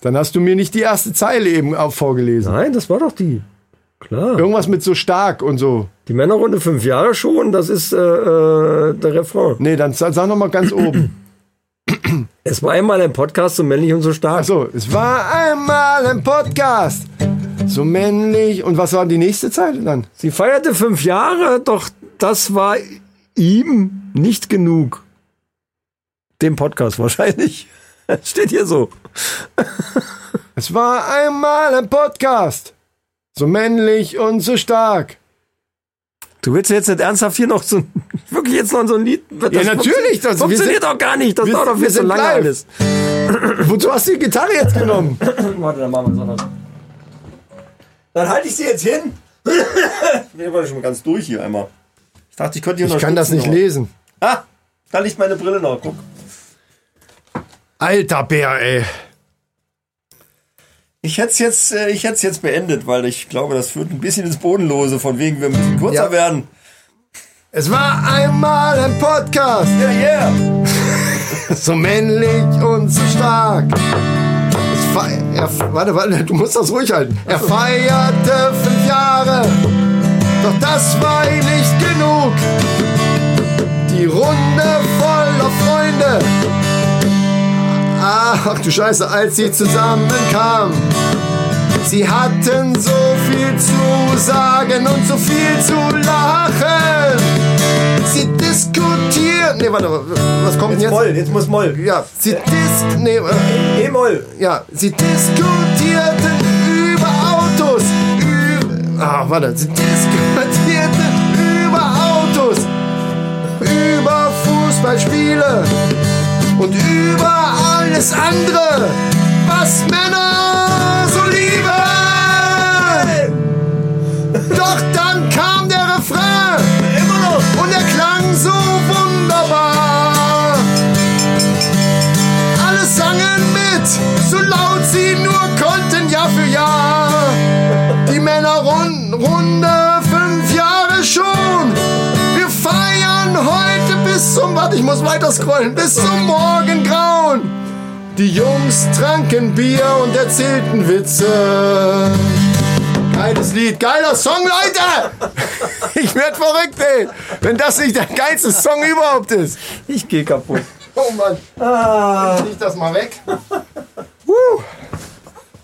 S1: Dann hast du mir nicht die erste Zeile eben auch vorgelesen.
S2: Nein, das war doch die. Klar.
S1: Irgendwas mit so stark und so.
S2: Die Männerrunde fünf Jahre schon, das ist äh, äh, der Refrain.
S1: Nee, dann sa- sag noch mal ganz oben.
S2: Es war einmal ein Podcast so männlich und so stark.
S1: Achso, es war einmal ein Podcast. So männlich. Und was war die nächste Zeile dann?
S2: Sie feierte fünf Jahre, doch das war ihm nicht genug. Dem Podcast wahrscheinlich. [LAUGHS] Steht hier so.
S1: Es war einmal ein Podcast. So männlich und so stark.
S2: Du willst jetzt nicht ernsthaft hier noch so ein- [LAUGHS] wirklich jetzt noch so ein Lied. Das
S1: natürlich, das- wir
S2: Das funktioniert
S1: sind-
S2: doch gar nicht. Das
S1: wir-
S2: dauert doch
S1: wir
S2: viel zu
S1: sind
S2: lange
S1: live.
S2: alles.
S1: Wozu hast du die Gitarre jetzt genommen?
S2: Warte, dann machen wir es anders. Dann halte ich sie jetzt [LAUGHS] hin. Mir war schon ganz durch hier einmal. Ich dachte, ich könnte hier
S1: Ich kann das nicht lesen.
S2: Ah, da liegt meine Brille noch. Guck.
S1: Alter Bär, ey.
S2: Ich hätte es jetzt, äh, ich hätt's jetzt beendet, weil ich glaube, das führt ein bisschen ins Bodenlose, von wegen wir müssen kürzer
S1: Ja.
S2: werden.
S1: Es war einmal ein Podcast.
S2: Yeah, yeah.
S1: So männlich und so stark. Es fei- er, warte, warte, du musst das ruhig halten. Er feierte fünf Jahre, doch das war ihm nicht genug. Die Runde voller Freunde. Ach du Scheiße, als sie zusammenkamen. Sie hatten so viel zu sagen und so viel zu lachen. Sie diskutierten. Nee, warte, was kommt denn jetzt?
S2: Jetzt Moll, jetzt muss Moll.
S1: Ja, sie dis nee, äh,
S2: E-Moll.
S1: ja, sie diskutierten über Autos. Über, ah, warte, sie diskutierten über Autos, über Fußballspiele und über alles andere, was Männer so lieben. Doch dann kam der Refrain
S2: Immer noch.
S1: und er klang so wunderbar. Alle sangen mit, so laut sie nur konnten, Jahr für Jahr. Die Männerrunde fünf Jahre schon. Wir feiern heute bis zum, warte, ich muss weiter scrollen, bis zum Morgengrauen. Die Jungs tranken Bier und erzählten Witze. Geiles Lied, geiler Song, Leute! [LAUGHS] Ich werd verrückt, ey! Wenn das nicht der geilste Song überhaupt ist.
S2: Ich gehe kaputt.
S1: Oh Mann,
S2: Ah.
S1: ich leg das mal weg. Huh.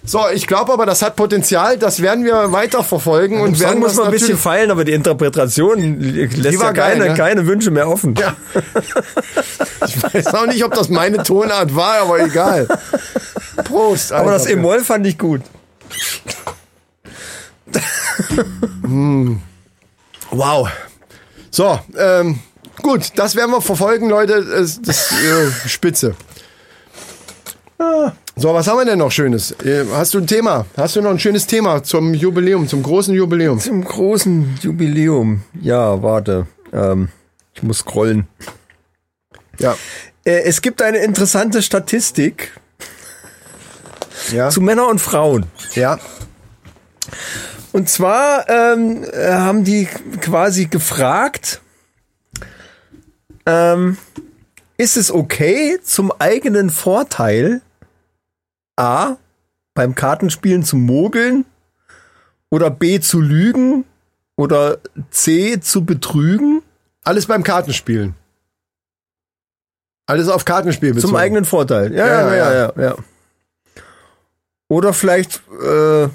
S1: So, ich glaube aber, das hat Potenzial. Das werden wir weiterverfolgen und
S2: Im Song
S1: werden
S2: muss
S1: das
S2: man ein bisschen
S1: natürlich-
S2: feilen, aber die Interpretation lässt
S1: war
S2: ja
S1: geil,
S2: keine,
S1: ne?
S2: keine Wünsche mehr offen.
S1: Ja. [LAUGHS] Ich weiß auch nicht, ob das meine Tonart war, aber egal. Prost, Alter.
S2: Aber das E-Moll fand ich gut.
S1: Wow. So, ähm, gut, das werden wir verfolgen, Leute. Das, das äh, Spitze. So, was haben wir denn noch Schönes? Äh, Hast du ein Thema? Hast du noch ein schönes Thema zum Jubiläum, zum großen Jubiläum?
S2: Zum großen Jubiläum. Ja, warte. Ähm, ich muss scrollen.
S1: Ja.
S2: Äh, es gibt eine interessante Statistik
S1: Ja.
S2: zu Männern und Frauen.
S1: ja.
S2: Und zwar ähm, äh, haben die quasi gefragt, ähm, ist es okay, zum eigenen Vorteil A, beim Kartenspielen zu mogeln oder B, zu lügen oder C, zu betrügen?
S1: Alles beim Kartenspielen. Alles auf Kartenspiel bezogen.
S2: Zum eigenen Vorteil. Ja,
S1: Ja,
S2: ja, ja, ja. ja, Oder vielleicht äh,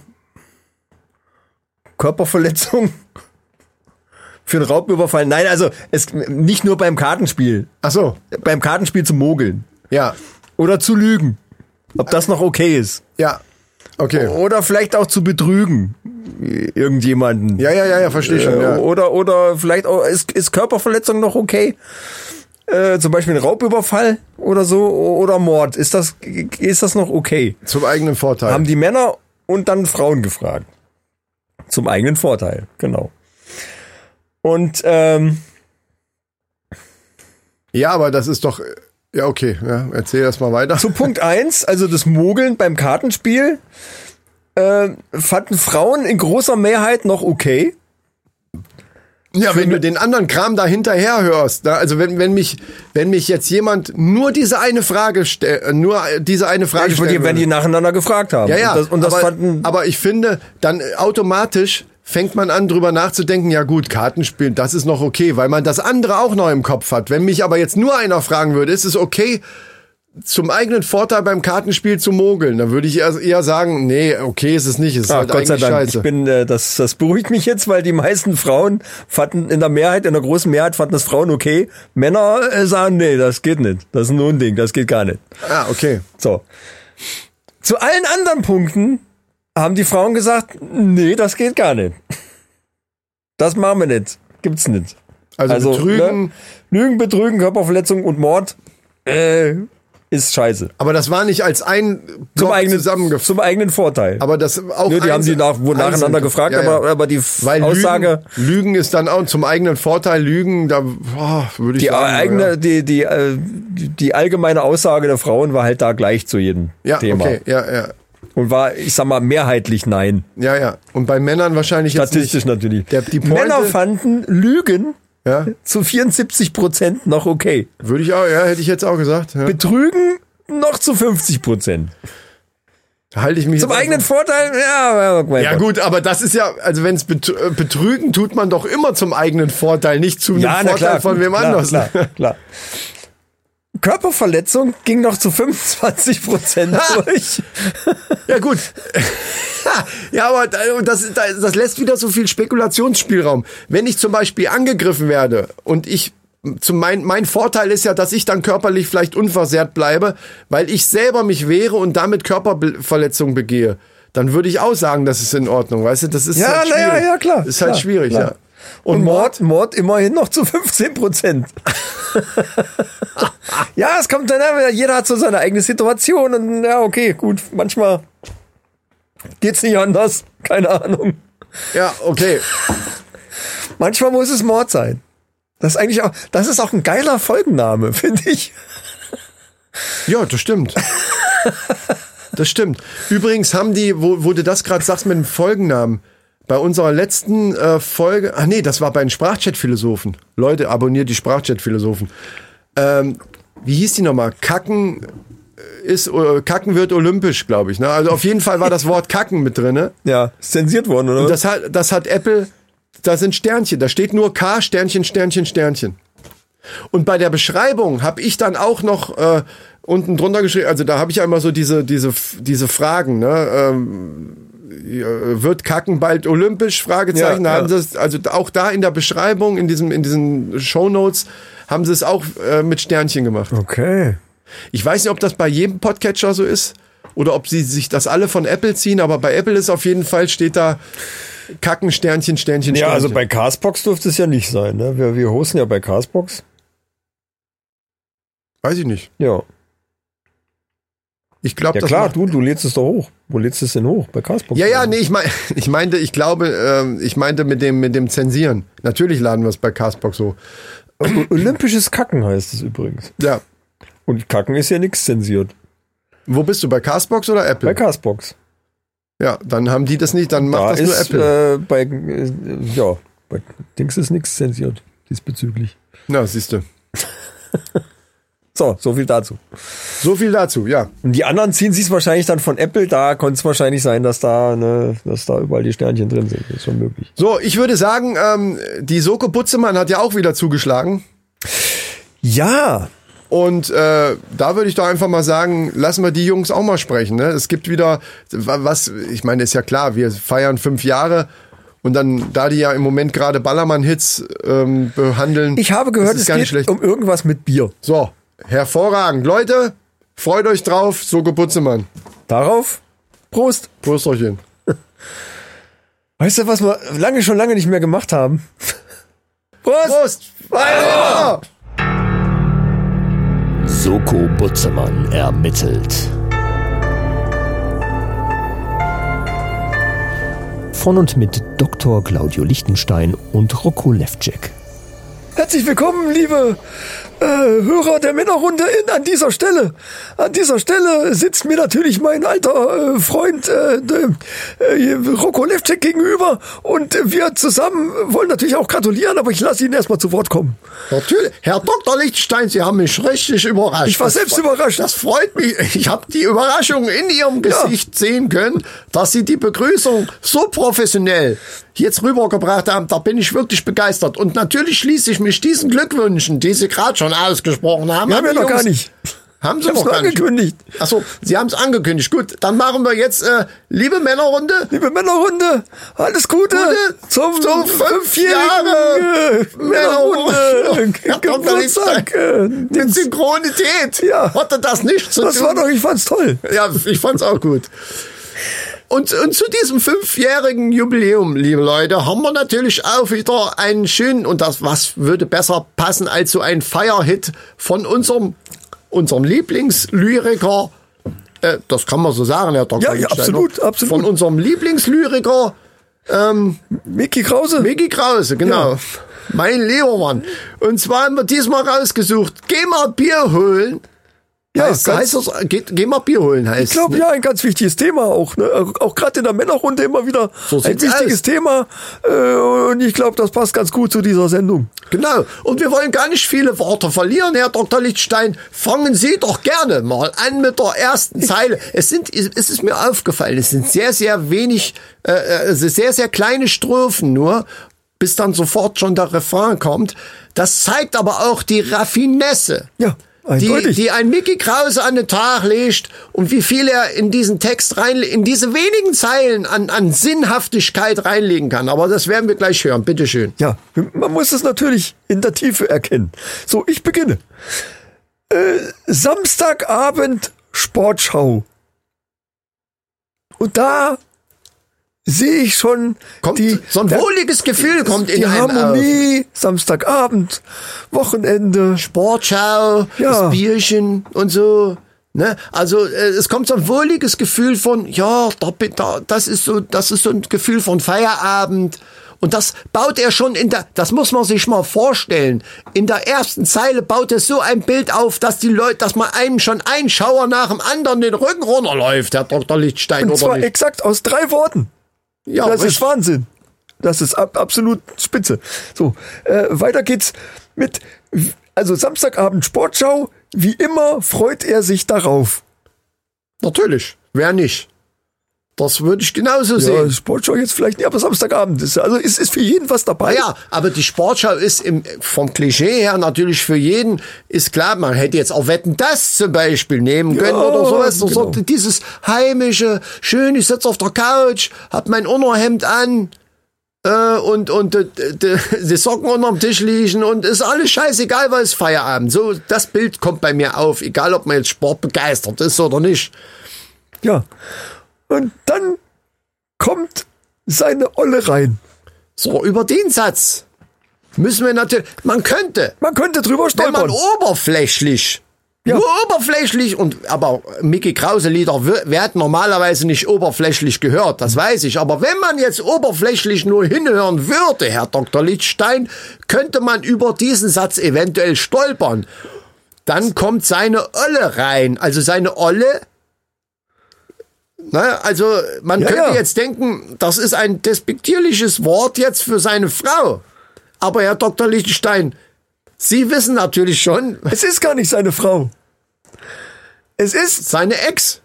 S2: Körperverletzung [LAUGHS] für einen Raubüberfall. Nein, also es nicht nur beim Kartenspiel,
S1: Ach so.
S2: beim Kartenspiel zu mogeln
S1: Ja.
S2: oder zu lügen. Ob das noch okay ist.
S1: Ja. Okay.
S2: Oder vielleicht auch zu betrügen irgendjemanden.
S1: Ja, ja, ja, ja, verstehe schon.
S2: Äh,
S1: Ja.
S2: Oder, oder vielleicht auch, ist, ist Körperverletzung noch okay? Äh, zum Beispiel ein Raubüberfall oder so o- oder Mord. Ist das, ist das noch okay?
S1: Zum eigenen Vorteil.
S2: Haben die Männer und dann Frauen gefragt. Zum eigenen Vorteil, genau. Und ähm,
S1: ja, aber das ist doch. Ja, okay. Ja, erzähl das mal weiter. [LAUGHS]
S2: zu Punkt eins, also das Mogeln beim Kartenspiel, ähm, äh, fanden Frauen in großer Mehrheit noch okay.
S1: Ja, wenn du den anderen Kram da hinterher hörst, ne? also wenn, wenn, mich, wenn mich jetzt jemand nur diese eine Frage stellt, nur diese eine Frage
S2: Ich würde
S1: stellen
S2: die, wenn die
S1: würde.
S2: nacheinander gefragt haben.
S1: ja, ja,
S2: Und das, und das
S1: aber,
S2: fanden.
S1: aber ich finde, dann äh, automatisch fängt man an, drüber nachzudenken, ja gut, Kartenspielen, das ist noch okay, weil man das andere auch noch im Kopf hat. Wenn mich aber jetzt nur einer fragen würde, ist es okay, zum eigenen Vorteil beim Kartenspiel zu mogeln, dann würde ich eher- eher sagen, nee, okay ist es nicht, es ist
S2: Ah,
S1: halt
S2: Gott sei
S1: eigentlich
S2: Dank.
S1: scheiße.
S2: Ich bin, äh, das, das beruhigt mich jetzt, weil die meisten Frauen fanden in der Mehrheit, in der großen Mehrheit fanden das Frauen okay. Männer äh, sagen, nee, das geht nicht. Das ist ein Unding, das geht gar nicht.
S1: ah, okay.
S2: So. Zu allen anderen Punkten haben die Frauen gesagt, nee, das geht gar nicht. Das machen wir nicht. Gibt's nicht.
S1: Also, betrügen,
S2: ne? Lügen, Betrügen, Körperverletzung und Mord äh, ist scheiße.
S1: aber das war nicht als ein
S2: Zum
S1: Block
S2: eigenen,
S1: zusammengefasst.
S2: zum eigenen Vorteil.
S1: Aber das auch.
S2: Nö, Ne, die haben die nach, wurden nacheinander gefragt, Aber, aber die
S1: Weil
S2: Aussage,
S1: Lügen, Lügen ist dann auch zum eigenen Vorteil. Lügen, da boah, würde ich
S2: die
S1: sagen.
S2: eigene, die, die, äh, die, die allgemeine Aussage der Frauen war halt da gleich zu jedem
S1: ja, ja
S2: Thema.
S1: okay, ja, ja,
S2: Und war, ich sag mal, mehrheitlich nein.
S1: ja, ja. Und bei Männern wahrscheinlich jetzt
S2: Statistisch
S1: nicht.
S2: natürlich.
S1: Der- die Pointe-
S2: Männer fanden Lügen
S1: Ja,
S2: zu 74 Prozent noch okay.
S1: würde ich auch. Ja, hätte ich jetzt auch gesagt. Ja.
S2: Betrügen noch zu 50 Prozent.
S1: Halte ich mich
S2: Zum
S1: jetzt
S2: eigenen Vorteil, ja, mein
S1: Ja
S2: Gott.
S1: gut, aber das ist ja, also wenn es betrügen, tut man doch immer zum eigenen Vorteil, nicht zu einem
S2: Ja, na
S1: Vorteil
S2: klar.
S1: von wem
S2: klar,
S1: anders.
S2: Klar, klar. Körperverletzung ging noch zu 25
S1: [LAUGHS]
S2: Prozent durch.
S1: Ja gut. [LAUGHS] ja, aber da- und das, da- das lässt wieder so viel Spekulationsspielraum. Wenn ich zum Beispiel angegriffen werde und ich zum mein, mein Vorteil ist ja, dass ich dann körperlich vielleicht unversehrt bleibe, weil ich selber mich wehre und damit Körperverletzung begehe, dann würde ich auch sagen, das ist in Ordnung, weißt du? Das ist
S2: Ja,
S1: halt
S2: na ja,
S1: schwierig.
S2: ja, klar,
S1: Ist halt
S2: klar,
S1: schwierig,
S2: klar.
S1: ja.
S2: Und Mord, Mord immerhin noch zu
S1: [LAUGHS]
S2: 15 Prozent. ja, es kommt dann, ja, jeder hat so seine eigene Situation und ja, okay, gut, manchmal geht's nicht anders, keine Ahnung.
S1: Ja, okay.
S2: Manchmal muss es Mord sein. Das ist eigentlich auch, das ist auch ein geiler Folgenname, [LAUGHS] finde ich.
S1: Ja, das stimmt. Das stimmt. Übrigens haben die, wo, wo du das gerade sagst mit dem Folgennamen, bei unserer letzten äh, Folge, ach nee, das war bei den Sprachchat-Philosophen. Leute, abonniert die Sprachchat-Philosophen. Ähm, wie hieß die nochmal? Kacken ist, äh, Kacken wird olympisch, glaube ich. Ne? Also auf jeden Fall war das Wort Kacken mit drin. Ne?
S2: Ja, ist zensiert worden, oder?
S1: Und das hat, das hat Apple, da sind Sternchen, da steht nur K, Sternchen, Sternchen, Sternchen. Und bei der Beschreibung habe ich dann auch noch äh, unten drunter geschrieben, also da habe ich ja immer so diese, diese, diese Fragen, ne? Ähm, äh, wird Kacken bald olympisch? Fragezeichen.
S2: Ja,
S1: da haben
S2: ja.
S1: sie es, also auch da in der Beschreibung, in, diesem, in diesen Shownotes, haben sie es auch äh, mit Sternchen gemacht.
S2: okay.
S1: Ich weiß nicht, ob das bei jedem Podcatcher so ist oder ob sie sich das alle von Apple ziehen, aber bei Apple ist auf jeden Fall steht da Kacken, Sternchen, Sternchen, Sternchen.
S2: Ja, also bei Castbox dürfte es ja nicht sein, ne? Wir, wir hosten ja bei Castbox.
S1: Weiß ich nicht.
S2: Ja.
S1: Ich glaube,
S2: Ja
S1: das
S2: klar,
S1: macht-
S2: du, du lädst es doch hoch. Wo lädst du es denn hoch? Bei Castbox.
S1: Ja, ja, nee, ich, mein, [LAUGHS] ich meinte, ich glaube, ähm, ich meinte mit dem, mit dem Zensieren. Natürlich laden wir es bei Castbox so.
S2: Olympisches Kacken heißt es übrigens.
S1: Ja.
S2: Und Kacken ist ja nichts zensiert.
S1: Wo bist du? Bei Castbox oder Apple?
S2: Bei Castbox.
S1: ja, dann haben die das nicht, dann macht
S2: da
S1: das nur
S2: ist
S1: Apple.
S2: Äh, bei äh, ja, bei Dings ist nichts zensiert diesbezüglich.
S1: Na, siehst du.
S2: So, so viel dazu.
S1: So viel dazu, ja.
S2: Und die anderen ziehen sich wahrscheinlich dann von Apple. Da konnte es wahrscheinlich sein, dass da, ne, dass da überall die Sternchen drin sind. Ist schon möglich.
S1: So, ich würde sagen, ähm, die Soko Butzemann hat ja auch wieder zugeschlagen.
S2: Ja,
S1: Und äh, da würde ich doch einfach mal sagen, lassen wir die Jungs auch mal sprechen. Ne? Es gibt wieder, wa- was, ich meine, ist ja klar, wir feiern fünf Jahre und dann, da die ja im Moment gerade Ballermann-Hits ähm, behandeln.
S2: ich habe gehört,
S1: ist
S2: es
S1: gar
S2: geht
S1: nicht schlecht.
S2: um irgendwas mit Bier.
S1: So, hervorragend. Leute, freut euch drauf, so Gebutzemann.
S2: Darauf Prost.
S1: Prost euch hin.
S2: Weißt du, was wir lange schon lange nicht mehr gemacht haben? [LAUGHS] Prost.
S1: Prost! Feier!
S5: Soko Butzemann ermittelt.
S3: Von und mit Dr. Claudio Lichtenstein und Rocco Levcek.
S2: Herzlich willkommen, liebe äh, Hörer der Männerrunde in, an dieser Stelle. An dieser Stelle sitzt mir natürlich mein alter äh, Freund äh, de, äh, Rocco Levcek gegenüber und äh, wir zusammen wollen natürlich auch gratulieren, aber ich lasse ihn erstmal zu Wort kommen.
S1: Natürlich. Herr Dr. Lichtstein, Sie haben mich richtig überrascht.
S2: Ich war
S1: Das
S2: selbst
S1: fre-
S2: überrascht.
S1: Das freut mich. Ich habe die Überraschung in Ihrem Gesicht sehen können, dass Sie die Begrüßung so professionell jetzt rübergebracht haben. Da bin ich wirklich begeistert. Und natürlich schließe ich mich diesen Glückwünschen, die Sie gerade schon ausgesprochen haben.
S2: Wir haben ja
S1: an die
S2: noch gar
S1: Jungs.
S2: nicht.
S1: Haben Sie
S2: Ich hab's
S1: noch
S2: nur
S1: gar nicht.
S2: angekündigt.
S1: Achso, Sie haben es angekündigt. Gut, dann machen wir jetzt, äh, liebe Männerrunde,
S2: Liebe Männerrunde, alles Gute,
S1: Gute
S2: zum,
S1: zum
S2: fünfjährigen äh,
S1: fünfjährigen
S2: Männerrunde
S1: Männerrunde. Ja, kommt doch nicht
S2: Geburtstag. äh,
S1: mit Synchronität.
S2: Ja.
S1: Hatte das nicht zu
S2: Das
S1: tun?
S2: war doch, ich fand's toll.
S1: Ja, ich fand's auch gut. Und, und zu diesem fünfjährigen Jubiläum, liebe Leute, haben wir natürlich auch wieder einen schönen, und das, was würde besser passen als so ein Feierhit von unserem, unserem Lieblingslyriker, äh, das kann man so sagen, Herr Dr.
S2: Ja, ja,
S1: Lichtsteiner.
S2: absolut, absolut.
S1: Von unserem Lieblingslyriker,
S2: Mickey Krause.
S1: Micky Krause, genau.
S2: Ja.
S1: Mein lieber Mann. Und zwar haben wir diesmal rausgesucht, geh mal Bier holen.
S2: ja,
S1: heißt, heißt
S2: ganz-
S1: das, geh, geh mal Bier holen heißt
S2: ich glaube,
S1: ne?
S2: ja, ein ganz wichtiges Thema auch. Ne? Auch- Auch gerade in der Männerrunde immer wieder
S1: So
S2: ein
S1: sieht's
S2: wichtiges
S1: aus.
S2: Thema. Äh, und ich glaube, das passt ganz gut zu dieser Sendung.
S1: Genau. Und wir wollen gar nicht viele Worte verlieren, Herr Dr. Lichtstein. Fangen Sie doch gerne mal an mit der
S2: [LAUGHS]
S1: ersten Zeile. Es sind, es ist mir aufgefallen, es sind sehr, sehr wenig, äh, äh, es ist sehr, sehr kleine Strophen nur, bis dann sofort schon der Refrain kommt. Das zeigt aber auch die Raffinesse.
S2: Ja,
S1: Die,
S2: eindeutig.
S1: die ein Mickey Krause an den Tag legt und wie viel er in diesen Text rein, in diese wenigen Zeilen an, an Sinnhaftigkeit reinlegen kann. Aber das werden wir gleich hören. Bitteschön.
S2: Ja, man muss es natürlich in der Tiefe erkennen. So, ich beginne. Äh, Samstagabend Sportschau. Und da sehe ich schon
S1: Kommt,
S2: die,
S1: so ein
S2: da-
S1: wohliges Gefühl kommt in
S2: die
S1: einem äh, auf.
S2: Harmonie, Samstagabend, Wochenende.
S1: Sportschau,
S2: Ja.
S1: das Bierchen und so. Ne? Also äh, es kommt so ein wohliges Gefühl von, ja, da, bin- da, das, ist so, das ist so ein Gefühl von Feierabend. Und das baut er schon in der, das muss man sich mal vorstellen. In der ersten Zeile baut er so ein Bild auf, dass die Leute, dass man einem schon ein Schauer nach dem anderen den Rücken runterläuft, Herr Dr. Lichtstein,
S2: Und
S1: oder
S2: zwar
S1: nicht?
S2: exakt aus drei Worten.
S1: Ja,
S2: das
S1: richtig.
S2: ist Wahnsinn. Das ist ab, absolut spitze. So, äh, weiter geht's mit, also Samstagabend Sportschau. Wie immer freut er sich darauf.
S1: natürlich. Wer nicht? Das würde ich genauso
S2: Ja,
S1: sehen.
S2: Sportschau jetzt vielleicht nicht, aber Samstagabend ist ja- also ist, ist für jeden was dabei.
S1: Ja, aber die Sportschau ist im, vom Klischee her natürlich für jeden, ist klar, man hätte jetzt auch Wetten, das zum Beispiel nehmen können
S2: Ja,
S1: oder sowas. So-
S2: genau.
S1: So, dieses heimische, schön, ich sitze auf der Couch, hab mein Unterhemd an äh, und, und äh, d- [LAUGHS] d- die Socken unterm Tisch liegen und ist alles scheißegal, weil es Feierabend. So, das Bild kommt bei mir auf, egal ob man jetzt sportbegeistert ist oder nicht.
S2: ja. Und dann kommt seine Olle rein.
S1: So, über den Satz müssen wir natürlich, man könnte,
S2: Man könnte drüber
S1: Wenn man
S2: stolpern.
S1: oberflächlich.
S2: Ja.
S1: Nur oberflächlich und aber Mickey Krause Lieder wer- werden normalerweise nicht oberflächlich gehört, das weiß ich. Aber wenn man jetzt oberflächlich nur hinhören würde, Herr Dr. Lichtstein, könnte man über diesen Satz eventuell stolpern. Dann kommt seine Olle rein, also seine Olle. Ne, also man
S2: Ja,
S1: könnte
S2: ja.
S1: jetzt denken, das ist ein despektierliches Wort jetzt für seine Frau. Aber Herr Dr. Lichtenstein, Sie wissen natürlich schon,
S2: Es ist gar nicht seine Frau. Es ist
S1: seine Ex,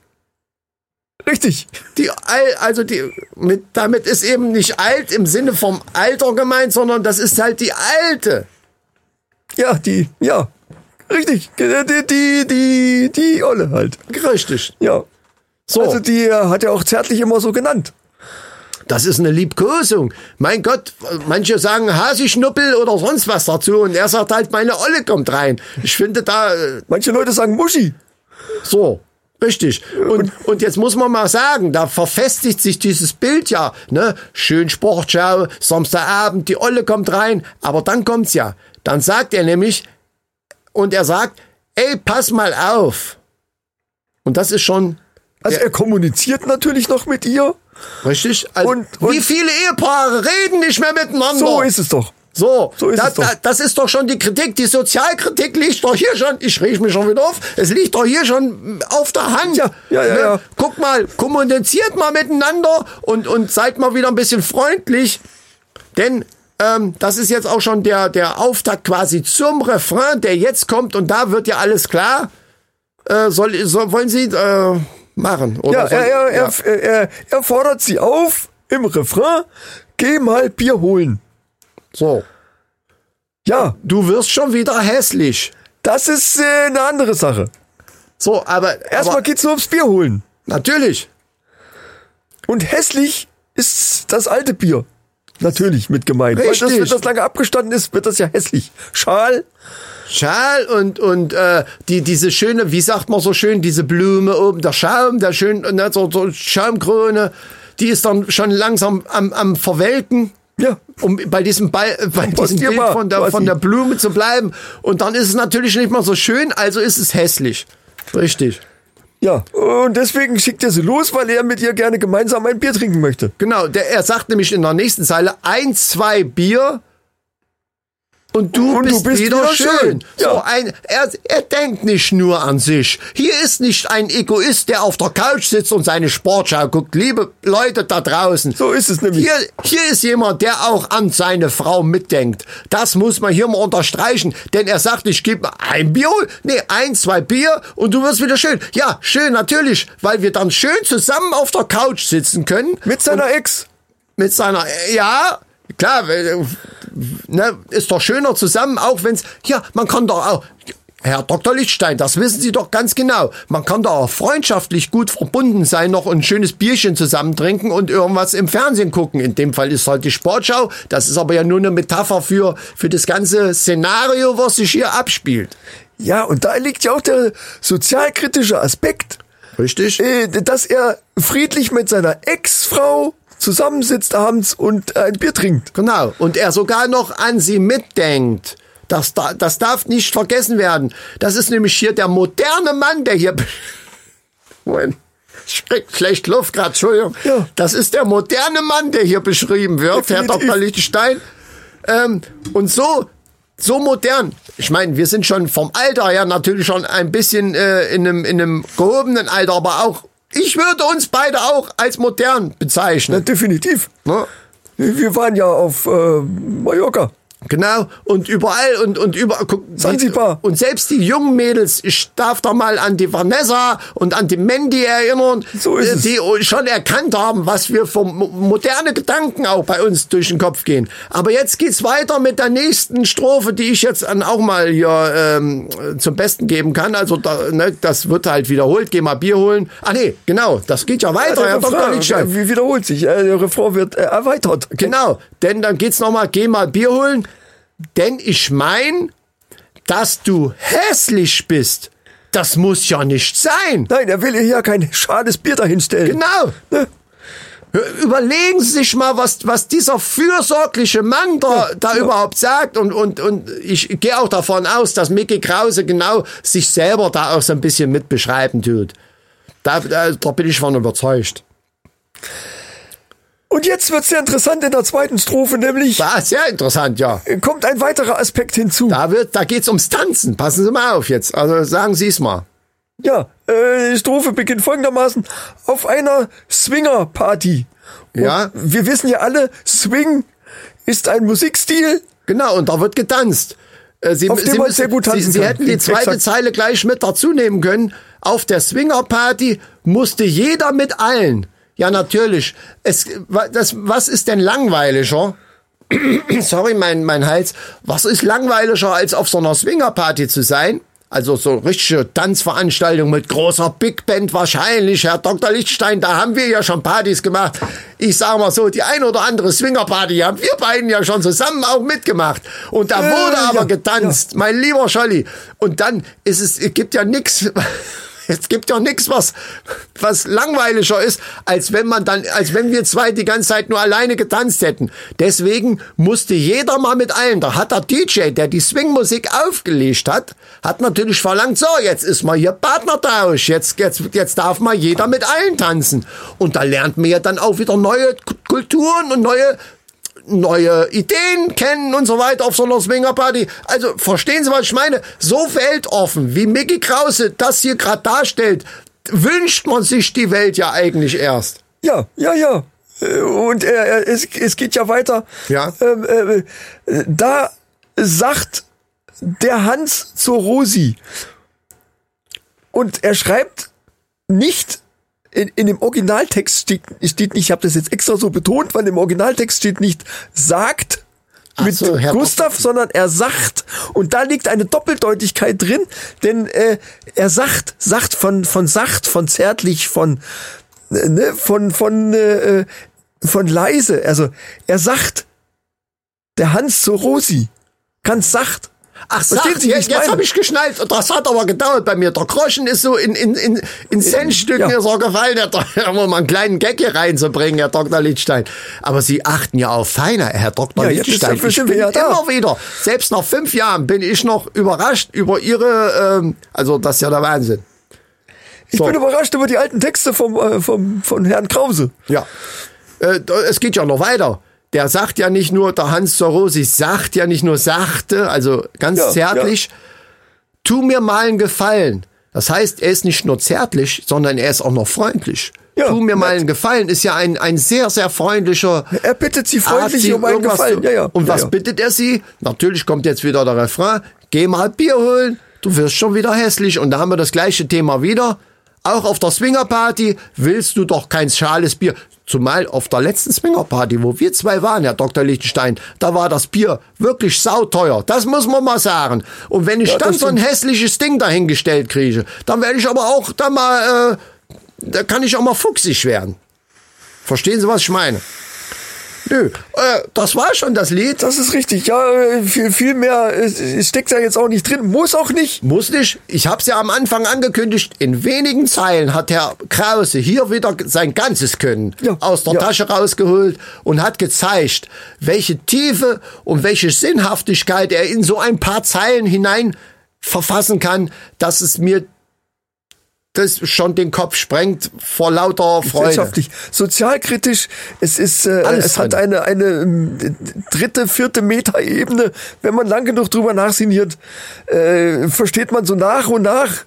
S2: richtig.
S1: die al- also die mit damit ist eben nicht alt im Sinne vom Alter gemeint, sondern das ist halt die alte.
S2: Ja, die, ja. Richtig. Äh, Die, die, die, die Olle halt.
S1: Richtig.
S2: Ja.
S1: So,
S2: Also die äh, hat er auch zärtlich immer so genannt.
S1: das ist eine Liebkosung. Mein Gott, manche sagen Hasi-Schnuppel oder sonst was dazu und er sagt halt, meine Olle kommt rein. Ich finde da äh,
S2: Manche Leute sagen Muschi.
S1: so. Richtig. Und, und jetzt muss man mal sagen, da verfestigt sich dieses Bild ja. Ne? Schön Sportschau, Samstagabend, die Olle kommt rein, aber dann kommt's ja. Dann sagt er nämlich, und er sagt, ey, pass mal auf. Und das ist schon
S2: Also er kommuniziert natürlich noch mit ihr.
S1: richtig. Also,
S2: Und- und-
S1: wie viele Ehepaare reden nicht mehr miteinander?
S2: So ist es doch.
S1: So,
S2: So ist
S1: da,
S2: es doch.
S1: Da, das ist doch schon die Kritik. Die Sozialkritik liegt doch hier schon, ich rieche mich schon wieder auf, es liegt doch hier schon auf der Hand.
S2: Ja, ja, ja,
S1: Ne?
S2: ja.
S1: Guck mal, kommuniziert mal miteinander und, und seid mal wieder ein bisschen freundlich. Denn ähm, das ist jetzt auch schon der, der Auftakt quasi zum Refrain, der jetzt kommt und da wird ja alles klar. Äh, soll, soll, wollen Sie äh, machen? Oder
S2: Ja,
S1: soll,
S2: er, er, er, er, er, er fordert sie auf im Refrain, geh mal Bier holen.
S1: So,
S2: Ja,
S1: du wirst schon wieder hässlich.
S2: das ist äh, eine andere Sache.
S1: So, aber
S2: Erstmal
S1: aber,
S2: geht's nur ums Bier holen.
S1: natürlich.
S2: Und hässlich ist das alte Bier. Natürlich mit gemeint. Weil das,
S1: Richtig.
S2: wenn das lange abgestanden ist, wird das ja hässlich. Schal,
S1: Schal und und äh, die diese schöne, wie sagt man so schön, diese Blume oben, der Schaum, der schön ne, so, so Schaumkrone, die ist dann schon langsam am, am verwelken.
S2: Ja.
S1: Um bei diesem Ball, [LAUGHS] äh, bei diesem
S2: dir
S1: Bild
S2: mal,
S1: von der
S2: quasi.
S1: von der Blume zu bleiben. Und dann ist es natürlich nicht mehr so schön, also ist es hässlich. Richtig.
S2: Ja, und deswegen schickt er sie los, weil er mit ihr gerne gemeinsam ein Bier trinken möchte.
S1: Genau, der, er sagt nämlich in der nächsten Zeile ein, zwei Bier und du,
S2: Und du
S1: bist,
S2: bist
S1: wieder,
S2: wieder
S1: schön.
S2: schön.
S1: So
S2: Ja.
S1: ein, er, er denkt nicht nur an sich. Hier ist nicht ein Egoist, der auf der Couch sitzt und seine Sportschau guckt. Liebe Leute da draußen.
S2: So ist es nämlich.
S1: Hier, hier ist jemand, der auch an seine Frau mitdenkt. Das muss man hier mal unterstreichen, denn er sagt nicht, gib mir ein Bier, nee, ein, zwei Bier und du wirst wieder schön. Ja, schön, natürlich, weil wir dann schön zusammen auf der Couch sitzen können
S2: Mit seiner Ex.
S1: mit seiner, äh, ja, klar, äh, ne, ist doch schöner zusammen, auch wenn's, ja, man kann doch auch, Herr Dr. Lichtstein, das wissen Sie doch ganz genau. Man kann doch auch freundschaftlich gut verbunden sein, noch ein schönes Bierchen zusammen trinken und irgendwas im Fernsehen gucken. In dem Fall ist halt die Sportschau. Das ist aber ja nur eine Metapher für, für das ganze Szenario, was sich hier abspielt.
S2: Ja, und da liegt ja auch der sozialkritische Aspekt,
S1: Richtig?
S2: äh, dass er friedlich mit seiner Ex-Frau zusammensitzt abends und ein Bier trinkt.
S1: Genau. Und er sogar noch an sie mitdenkt. Das, da- das darf nicht vergessen werden. Das ist nämlich hier der moderne Mann, der hier. [LAUGHS] Moment. Ich krieg schlecht Luft gerade, Entschuldigung.
S2: Ja.
S1: Das ist der moderne Mann, der hier beschrieben wird, Herr
S2: Definitiv.
S1: Dr. Lichtenstein. Ähm, und so, so modern. Ich meine, wir sind schon vom Alter her natürlich schon ein bisschen äh, in, einem, in einem gehobenen Alter, aber auch, ich würde uns beide auch als modern bezeichnen.
S2: Definitiv.
S1: Ne?
S2: Wir waren ja auf äh, Mallorca.
S1: Genau, und überall und, und überall. Guck,
S2: Sansibar.
S1: Die, und selbst die jungen Mädels, ich darf da mal an die Vanessa und an die Mandy erinnern,
S2: So ist
S1: äh,
S2: es.
S1: die schon erkannt haben, was wir vom mo- moderne Gedanken auch bei uns durch den Kopf gehen. Aber jetzt geht's weiter mit der nächsten Strophe, die ich jetzt dann auch mal hier ähm, zum Besten geben kann. Also da, ne, das wird halt wiederholt, geh mal Bier holen. Ah nee, genau, das geht ja weiter, Herr
S2: der
S1: Dr. Lichtschein.
S2: Refrain, Also, wie wiederholt sich? Äh, der Refrain wird äh, erweitert.
S1: Genau, denn dann geht's nochmal, geh mal Bier holen. Denn ich mein, dass du hässlich bist. Das muss ja nicht sein.
S2: Nein, er will ihr ja kein schades Bier dahinstellen.
S1: Genau. Überlegen Sie sich mal, was, was dieser fürsorgliche Mann da, da überhaupt sagt. Und, und, und ich gehe auch davon aus, dass Mickey Krause genau sich selber da auch so ein bisschen mit beschreiben tut. Da, da, da bin ich von überzeugt.
S2: Und jetzt wird's sehr interessant in der zweiten Strophe, nämlich
S1: Ah, sehr interessant, ja.
S2: äh, kommt ein weiterer Aspekt hinzu.
S1: Da, wird, da geht's ums Tanzen. Passen Sie mal auf jetzt. Also sagen Sie es mal.
S2: Ja, äh, die Strophe beginnt folgendermaßen. Auf einer Swinger-Party. Und
S1: Ja.
S2: Wir wissen ja alle, Swing ist ein Musikstil.
S1: Genau, und da wird getanzt. Äh, Sie,
S2: Auf dem
S1: Sie,
S2: man
S1: müssen,
S2: sehr gut
S1: Sie,
S2: tanzen
S1: Sie
S2: kann.
S1: hätten die zweite
S2: Exakt.
S1: Zeile gleich mit dazu nehmen können. Auf der Swinger-Party musste jeder mit allen. Ja, natürlich. Es, wa- das, was ist denn langweiliger? [CLEARS THROAT] Sorry, mein, mein Hals. Was ist langweiliger, als auf so einer Swinger-Party zu sein? Also so richtige Tanzveranstaltung mit großer Big Band wahrscheinlich, Herr Dr. Lichtstein, da haben wir ja schon Partys gemacht. Ich sag mal so, die ein oder andere Swinger-Party haben wir beiden ja schon zusammen auch mitgemacht. Und da
S2: Äh,
S1: wurde aber
S2: ja,
S1: getanzt, mein lieber Scholli. Und dann ist es, es gibt ja nix, [LAUGHS] es gibt ja nix, was, was langweiliger ist, als wenn man dann, als wenn wir zwei die ganze Zeit nur alleine getanzt hätten. Deswegen musste jeder mal mit allen. Da hat der DJ, der die Swingmusik aufgelegt hat, hat natürlich verlangt, so, jetzt ist mal hier Partnertausch, jetzt, jetzt, jetzt darf mal jeder mit allen tanzen. Und da lernt man ja dann auch wieder neue K- Kulturen und neue neue Ideen kennen und so weiter auf so einer Swingerparty. Also verstehen Sie, was ich meine? So weltoffen, wie Mickey Krause das hier gerade darstellt, wünscht man sich die Welt ja eigentlich erst.
S2: Ja, ja, ja. Äh, Und er, er, es, es geht ja weiter.
S1: Ja.
S2: Ähm, äh, äh, da sagt der Hans zur Rosi. Und er schreibt nicht, in, in dem Originaltext steht, steht nicht, ich habe das jetzt extra so betont, weil im Originaltext steht nicht, sagt mit
S1: so, Herr
S2: Gustav, sondern er sagt. Und da liegt eine Doppeldeutigkeit drin, denn äh, er sagt, sagt von, von sacht, von zärtlich, von, äh, ne, von, von, äh, äh, von leise. Also er sagt, der Hans zu Rosi, ganz sacht.
S1: Ach,
S2: Verstehen
S1: sagt,
S2: Sie, wie
S1: jetzt,
S2: ich meine?
S1: jetzt habe ich geschnallt. Das hat aber gedauert bei mir. Der Groschen ist so in, in, in, in Centstücken
S2: ja.
S1: ist er gefallen, Herr [LAUGHS] Doktor, um mal einen kleinen Gag hier reinzubringen, Herr Dr. Liedstein. Aber Sie achten ja auf Feiner, Herr Dr.
S2: Ja, jetzt ist
S1: Liedstein.
S2: dafür
S1: Ich
S2: sind
S1: bin
S2: wir ja da.
S1: immer wieder, selbst nach fünf Jahren, bin ich noch überrascht über Ihre, ähm, also das ist ja der Wahnsinn.
S2: Ich
S1: So.
S2: bin überrascht über die alten Texte vom, äh, vom, von Herrn Krause.
S1: Ja. Äh, da- es geht ja noch weiter. Der sagt ja nicht nur, der Hans Sorosi sagt ja nicht nur sachte, also ganz
S2: Ja,
S1: zärtlich, tu mir mal einen Gefallen. Das heißt, er ist nicht nur zärtlich, sondern er ist auch noch freundlich.
S2: Ja,
S1: tu mir mal
S2: nett.
S1: einen Gefallen ist ja ein, ein sehr, sehr freundlicher
S2: Er bittet sie
S1: Art,
S2: freundlich
S1: sie
S2: um einen
S1: irgendwas
S2: Gefallen.
S1: zu-
S2: Ja, ja.
S1: Und
S2: ja,
S1: was
S2: ja.
S1: bittet er sie? Natürlich kommt jetzt wieder der Refrain. Geh mal Bier holen. Du wirst schon wieder hässlich. Und da haben wir das gleiche Thema wieder. Auch auf der Swingerparty willst du doch kein schales Bier. Zumal auf der letzten Swingerparty, wo wir zwei waren, Herr Dr. Lichtenstein, da war das Bier wirklich sauteuer. Das muss man mal sagen. Und wenn ich
S2: Ja, das
S1: dann so ein hässliches Ding dahingestellt kriege, dann werde ich aber auch da mal, äh, da kann ich auch mal fuchsig werden. Verstehen Sie, was ich meine? Nö, äh, das war schon das Lied.
S2: Das ist richtig. Ja, äh, viel, viel mehr äh, steckt da jetzt auch nicht drin. Muss auch nicht.
S1: Muss nicht. Ich hab's ja am Anfang angekündigt. In wenigen Zeilen hat Herr Krause hier wieder sein ganzes Können
S2: Ja,
S1: aus der
S2: ja.
S1: Tasche rausgeholt und hat gezeigt, welche Tiefe und welche Sinnhaftigkeit er in so ein paar Zeilen hinein verfassen kann, dass es mir das schon den Kopf sprengt vor lauter Freude.
S2: Wirtschaftlich, sozialkritisch. Es ist, äh,
S1: Alles
S2: es hat
S1: drin.
S2: eine, eine ähm, dritte, vierte Metaebene. Wenn man lang genug drüber nachsiniert, äh, versteht man so nach und nach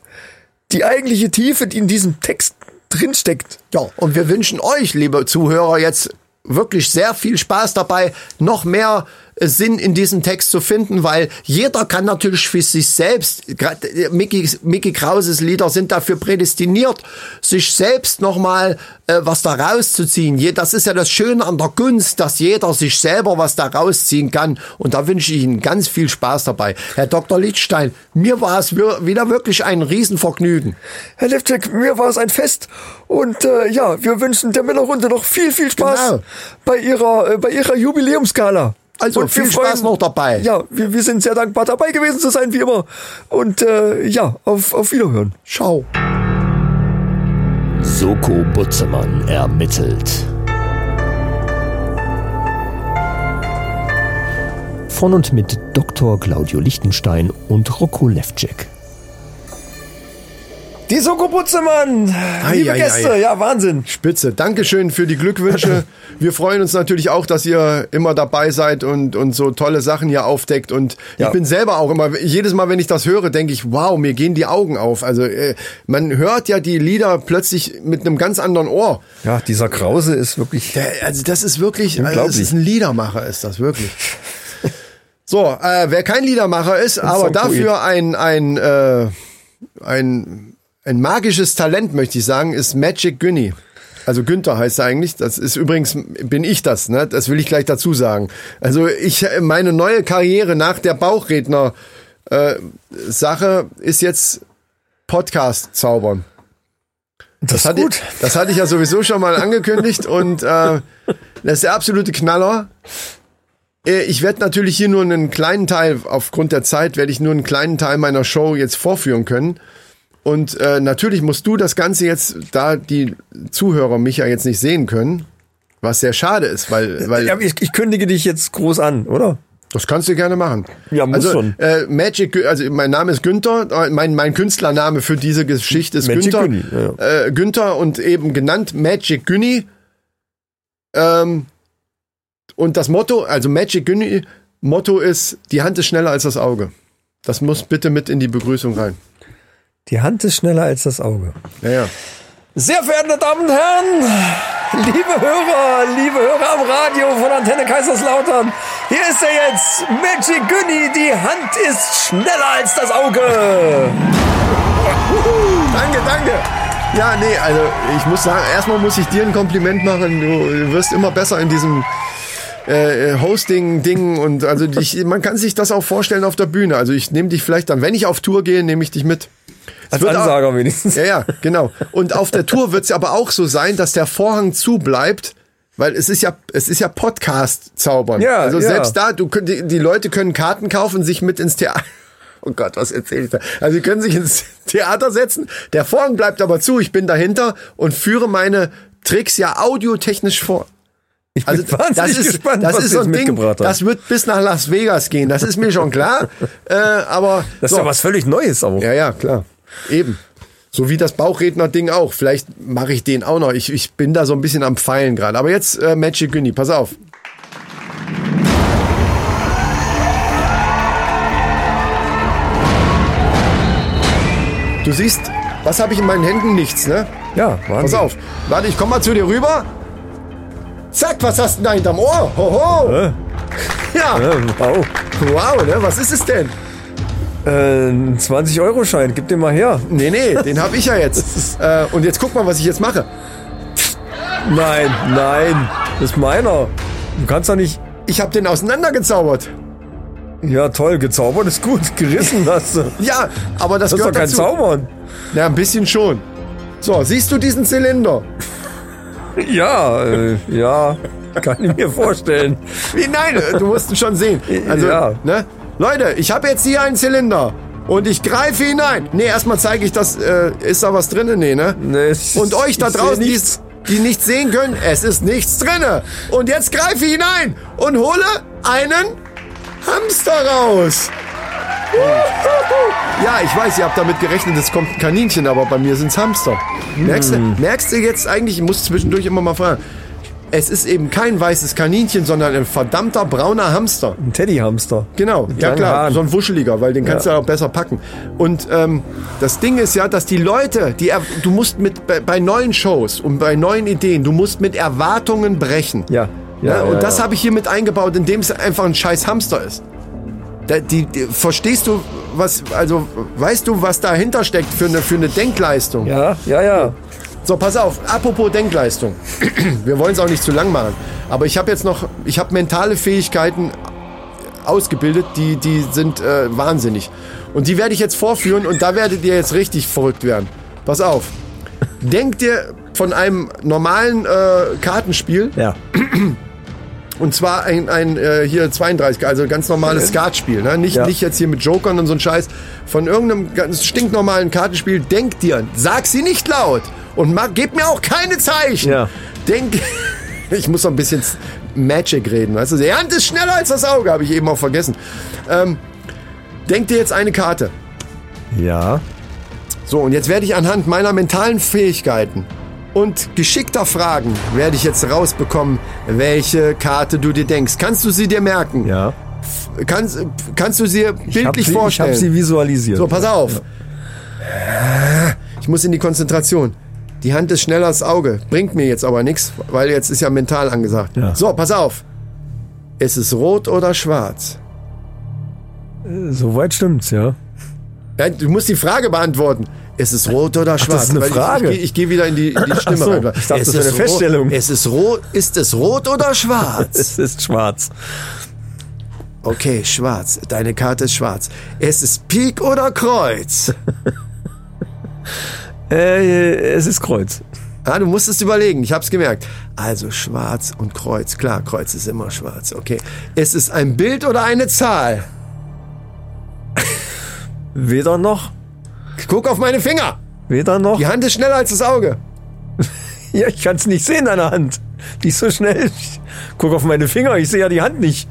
S2: die eigentliche Tiefe, die in diesem Text drinsteckt.
S1: Ja, und wir wünschen euch, liebe Zuhörer, jetzt wirklich sehr viel Spaß dabei, noch mehr äh, Sinn in diesen Text zu finden, weil jeder kann natürlich für sich selbst, grad, äh, Mickey, Mickey Krauses Lieder sind dafür prädestiniert, sich selbst nochmal äh, was da rauszuziehen. Je- Das ist ja das Schöne an der Kunst, dass jeder sich selber was da rausziehen kann. Und da wünsche ich Ihnen ganz viel Spaß dabei. Herr Dr. Liedstein, mir war es wir- wieder wirklich ein Riesenvergnügen.
S2: Herr Leftek, mir war es ein Fest und äh, ja, wir wünschen der Männerrunde noch viel, viel Spaß
S1: Genau.
S2: bei ihrer äh, bei ihrer Jubiläumskala.
S1: Also
S2: und wir
S1: viel Spaß noch dabei.
S2: Ja, wir, wir sind sehr dankbar dabei gewesen zu sein, wie immer. Und äh, ja, auf, auf Wiederhören.
S1: Ciao.
S5: Soko Butzemann ermittelt.
S3: Von und mit Dr. Claudio Lichtenstein und Rocco Levcek.
S2: Die Soko Butzemann, liebe
S1: ei,
S2: Gäste,
S1: ei.
S2: ja Wahnsinn.
S1: Spitze. Dankeschön für die Glückwünsche. Wir freuen uns natürlich auch, dass ihr immer dabei seid und, und so tolle Sachen hier aufdeckt. Und
S2: Ja.
S1: ich bin selber auch immer, jedes Mal, wenn ich das höre, denke ich, wow, mir gehen die Augen auf. Also äh, man hört ja die Lieder plötzlich mit einem ganz anderen Ohr.
S2: Ja, dieser Krause ist wirklich.
S1: Der- Also das ist wirklich, also das
S2: Unglaublich.
S1: ist ein Liedermacher, ist das
S2: [LAUGHS]
S1: wirklich. So, äh, wer kein Liedermacher ist, aber
S2: Songpoet.
S1: dafür ein, ein, äh, ein, ein magisches Talent, möchte ich sagen, ist Magic Günni. Also Günther heißt er eigentlich. Das ist übrigens, bin ich das, ne? Das will ich gleich dazu sagen. Also ich, äh, meine neue Karriere nach der Bauchredner äh, Sache ist jetzt Podcast zaubern.
S2: Das,
S1: Das
S2: ist
S1: hatte,
S2: gut.
S1: das hatte ich ja sowieso schon mal angekündigt und äh, das ist der absolute Knaller. Äh, Ich werde natürlich hier nur einen kleinen Teil, aufgrund der Zeit, werde ich nur einen kleinen Teil meiner Show jetzt vorführen können. Und äh, natürlich musst du das Ganze jetzt, da die Zuhörer mich ja jetzt nicht sehen können, was sehr schade ist, weil, weil
S2: Ja, ich, ich kündige dich jetzt groß an, oder?
S1: das kannst du gerne machen.
S2: Ja, muss
S1: also,
S2: schon.
S1: Äh, Magic, Gü- also mein Name ist Günther, äh, mein, mein Künstlername für diese Geschichte ist
S2: Magic
S1: Günther.
S2: Günni, ja,
S1: Äh, Günther und eben genannt Magic Günni. Ähm, Und das Motto, also Magic Günni, Motto ist, die Hand ist schneller als das Auge. Das muss bitte mit in die Begrüßung rein.
S2: Die Hand ist schneller als das Auge.
S1: Ja, ja.
S2: Sehr verehrte Damen und Herren, liebe Hörer, liebe Hörer am Radio von Antenne Kaiserslautern, hier ist er jetzt, Magic Günni, die Hand ist schneller als das Auge.
S1: Danke, danke. Ja, nee, also ich muss sagen, erstmal muss ich dir ein Kompliment machen. Du wirst immer besser in diesem äh, Hosting-Ding und also ich, man kann sich das auch vorstellen auf der Bühne. Also ich nehme dich vielleicht dann, wenn ich auf Tour gehe, nehme ich dich mit. Es
S2: Als
S1: wird auch-
S2: Ansager wenigstens.
S1: Ja, ja, genau. Und auf der Tour wird es aber auch so sein, dass der Vorhang zu bleibt, weil es ist ja, es ist ja Podcast-Zaubern.
S2: Ja,
S1: also
S2: ja.
S1: selbst da, du, könnt- die, die Leute können Karten kaufen, sich mit ins Theater. [LAUGHS] Oh Gott, was erzähl ich da? Also, sie können sich ins Theater setzen. Der Vorhang bleibt aber zu. Ich bin dahinter und führe meine Tricks ja audiotechnisch vor.
S2: Ich bin
S1: Also,
S2: wahnsinnig
S1: das ist,
S2: gespannt,
S1: das
S2: was
S1: ist
S2: du
S1: so
S2: jetzt
S1: ein Ding.
S2: mitgebracht hast.
S1: Das wird bis nach Las Vegas gehen. Das ist mir schon
S2: [LAUGHS]
S1: klar. äh, aber
S2: Das ist
S1: so.
S2: ja was völlig Neues auch.
S1: Ja, ja, klar. Eben. So wie das Bauchredner-Ding auch. Vielleicht mache ich den auch noch. Ich, ich bin da so ein bisschen am Pfeilen gerade. Aber jetzt äh, Magic Günni, pass auf. Du siehst, was habe ich in meinen Händen? Nichts, ne?
S2: Ja,
S1: Pass
S2: Wahnsinn.
S1: auf. Warte, ich komm mal zu dir rüber. Zack, was hast du denn da hinterm Ohr? Hoho! Ja,
S2: Ja, Äh, wow.
S1: wow, ne? Was ist es denn?
S2: Äh, ein 20-Euro-Schein, gib den mal her.
S1: Nee, nee, den habe ich ja [LAUGHS] jetzt. Äh, und jetzt guck mal, was ich jetzt mache.
S2: Nein, nein, das ist meiner. Du kannst doch nicht...
S1: Ich habe den auseinandergezaubert.
S2: Ja, toll, gezaubert ist gut, [LAUGHS] gerissen hast du.
S1: Ja, aber das,
S2: Das ist doch
S1: gehört
S2: kein
S1: dazu.
S2: Zaubern.
S1: Ja, ein bisschen schon. So, siehst du diesen Zylinder?
S2: Ja, äh, ja, kann ich mir vorstellen.
S1: Wie nein, äh, du musst ihn schon [LAUGHS] sehen. Also,
S2: Ja.
S1: ne? Leute, ich habe jetzt hier einen Zylinder und ich greife hinein. Nee, erstmal zeige ich das äh, ist da was drinne, nee, ne?
S2: Nee,
S1: [LAUGHS]
S2: es-
S1: Und euch da
S2: ich seh
S1: draußen, die,
S2: nichts.
S1: die nichts sehen können, es ist nichts drinne. Und jetzt greife ich hinein und hole einen Hamster raus. Ja, ich weiß, ihr habt damit gerechnet, es kommt ein Kaninchen, aber bei mir sind's Hamster. Merkst, du, merkst du jetzt eigentlich, ich muss zwischendurch immer mal fragen, es ist eben kein weißes Kaninchen, sondern ein verdammter brauner Hamster.
S2: Ein Teddyhamster.
S1: Genau, ja
S2: langen
S1: klar,
S2: Haaren.
S1: so ein wuscheliger, weil den kannst
S2: Ja.
S1: du ja auch besser packen. Und ähm, das Ding ist ja, dass die Leute, die er- du musst mit bei, bei neuen Shows und bei neuen Ideen, du musst mit Erwartungen brechen.
S2: Ja.
S1: Ja, und das
S2: ja.
S1: habe ich hier mit eingebaut, indem es einfach ein scheiß Hamster ist. Da, die, die, verstehst du, was, also weißt du, was dahinter steckt für eine, für eine Denkleistung?
S2: Ja, ja, ja.
S1: So, pass auf, apropos Denkleistung. [CLEARS THROAT] Wir wollen es auch nicht zu lang machen. Aber ich habe jetzt noch, ich habe mentale Fähigkeiten ausgebildet, die, die sind äh, wahnsinnig. Und die werde ich jetzt vorführen und da werdet ihr jetzt richtig verrückt werden. Pass auf. Denkt ihr von einem normalen äh, Kartenspiel,
S2: Ja.
S1: und zwar ein, ein äh, hier 32, also ganz normales Skatspiel, ne? Nicht,
S2: Ja.
S1: nicht jetzt hier mit Jokern und so ein Scheiß. Von irgendeinem ganz stinknormalen Kartenspiel, denk dir, sag sie nicht laut und mach, gib mir auch keine Zeichen.
S2: Ja.
S1: Denk, [LAUGHS] ich muss noch ein bisschen Magic reden, weißt du? Die Hand ist schneller als das Auge, habe ich eben auch vergessen. Ähm, denk dir jetzt eine Karte.
S2: Ja.
S1: So, und jetzt werde ich anhand meiner mentalen Fähigkeiten und geschickter Fragen werde ich jetzt rausbekommen, welche Karte du dir denkst. Kannst du sie dir merken?
S2: Ja.
S1: Kannst, kannst du sie
S2: Ich hab
S1: bildlich
S2: sie, ich
S1: vorstellen?
S2: hab sie visualisiert.
S1: so, pass auf. Ich muss in die Konzentration. Die Hand ist schneller als das Auge. Bringt mir jetzt aber nichts, weil jetzt ist ja mental angesagt.
S2: Ja.
S1: So, pass auf. Ist es rot oder schwarz?
S2: Soweit stimmt's, ja.
S1: Ja, du musst die Frage beantworten. Ist es rot oder schwarz?
S2: ist eine
S1: Weil ich-
S2: Frage.
S1: Ich, ich, ich gehe wieder in die, in die Stimme
S2: so,
S1: rein.
S2: ich dachte,
S1: Es
S2: das
S1: ist
S2: wäre eine
S1: ro-
S2: Feststellung.
S1: Es ist rot. Ist es rot oder schwarz?
S2: Es ist schwarz.
S1: Okay, schwarz. Deine Karte ist schwarz. Es ist Pik oder Kreuz?
S2: Äh, es ist Kreuz.
S1: Ah, du musstest überlegen. Ich hab's gemerkt. Also schwarz und Kreuz. Klar, Kreuz ist immer schwarz. Okay. Ist es ein Bild oder eine Zahl?
S2: Weder noch.
S1: Guck auf meine Finger.
S2: Weder noch.
S1: Die Hand ist schneller als das Auge.
S2: Ja, ich kann's nicht sehen, deine Hand. Die ist so schnell. Ich guck auf meine Finger, ich sehe ja die Hand nicht.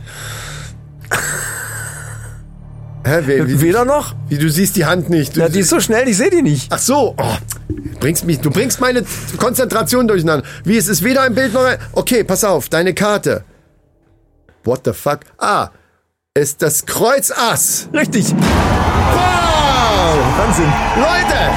S1: Hä, wie, wie,
S2: Weder noch.
S1: wie du siehst die Hand nicht. Du,
S2: Ja, die ist so schnell, ich sehe die nicht.
S1: Ach so, oh, bringst mich, du bringst meine Konzentration durcheinander. Wie es ist weder ein Bild noch ein. Okay, pass auf, deine Karte What the fuck? Ah, ist das Kreuz Ass.
S2: Richtig.
S1: Wow!
S2: Wahnsinn.
S1: Leute,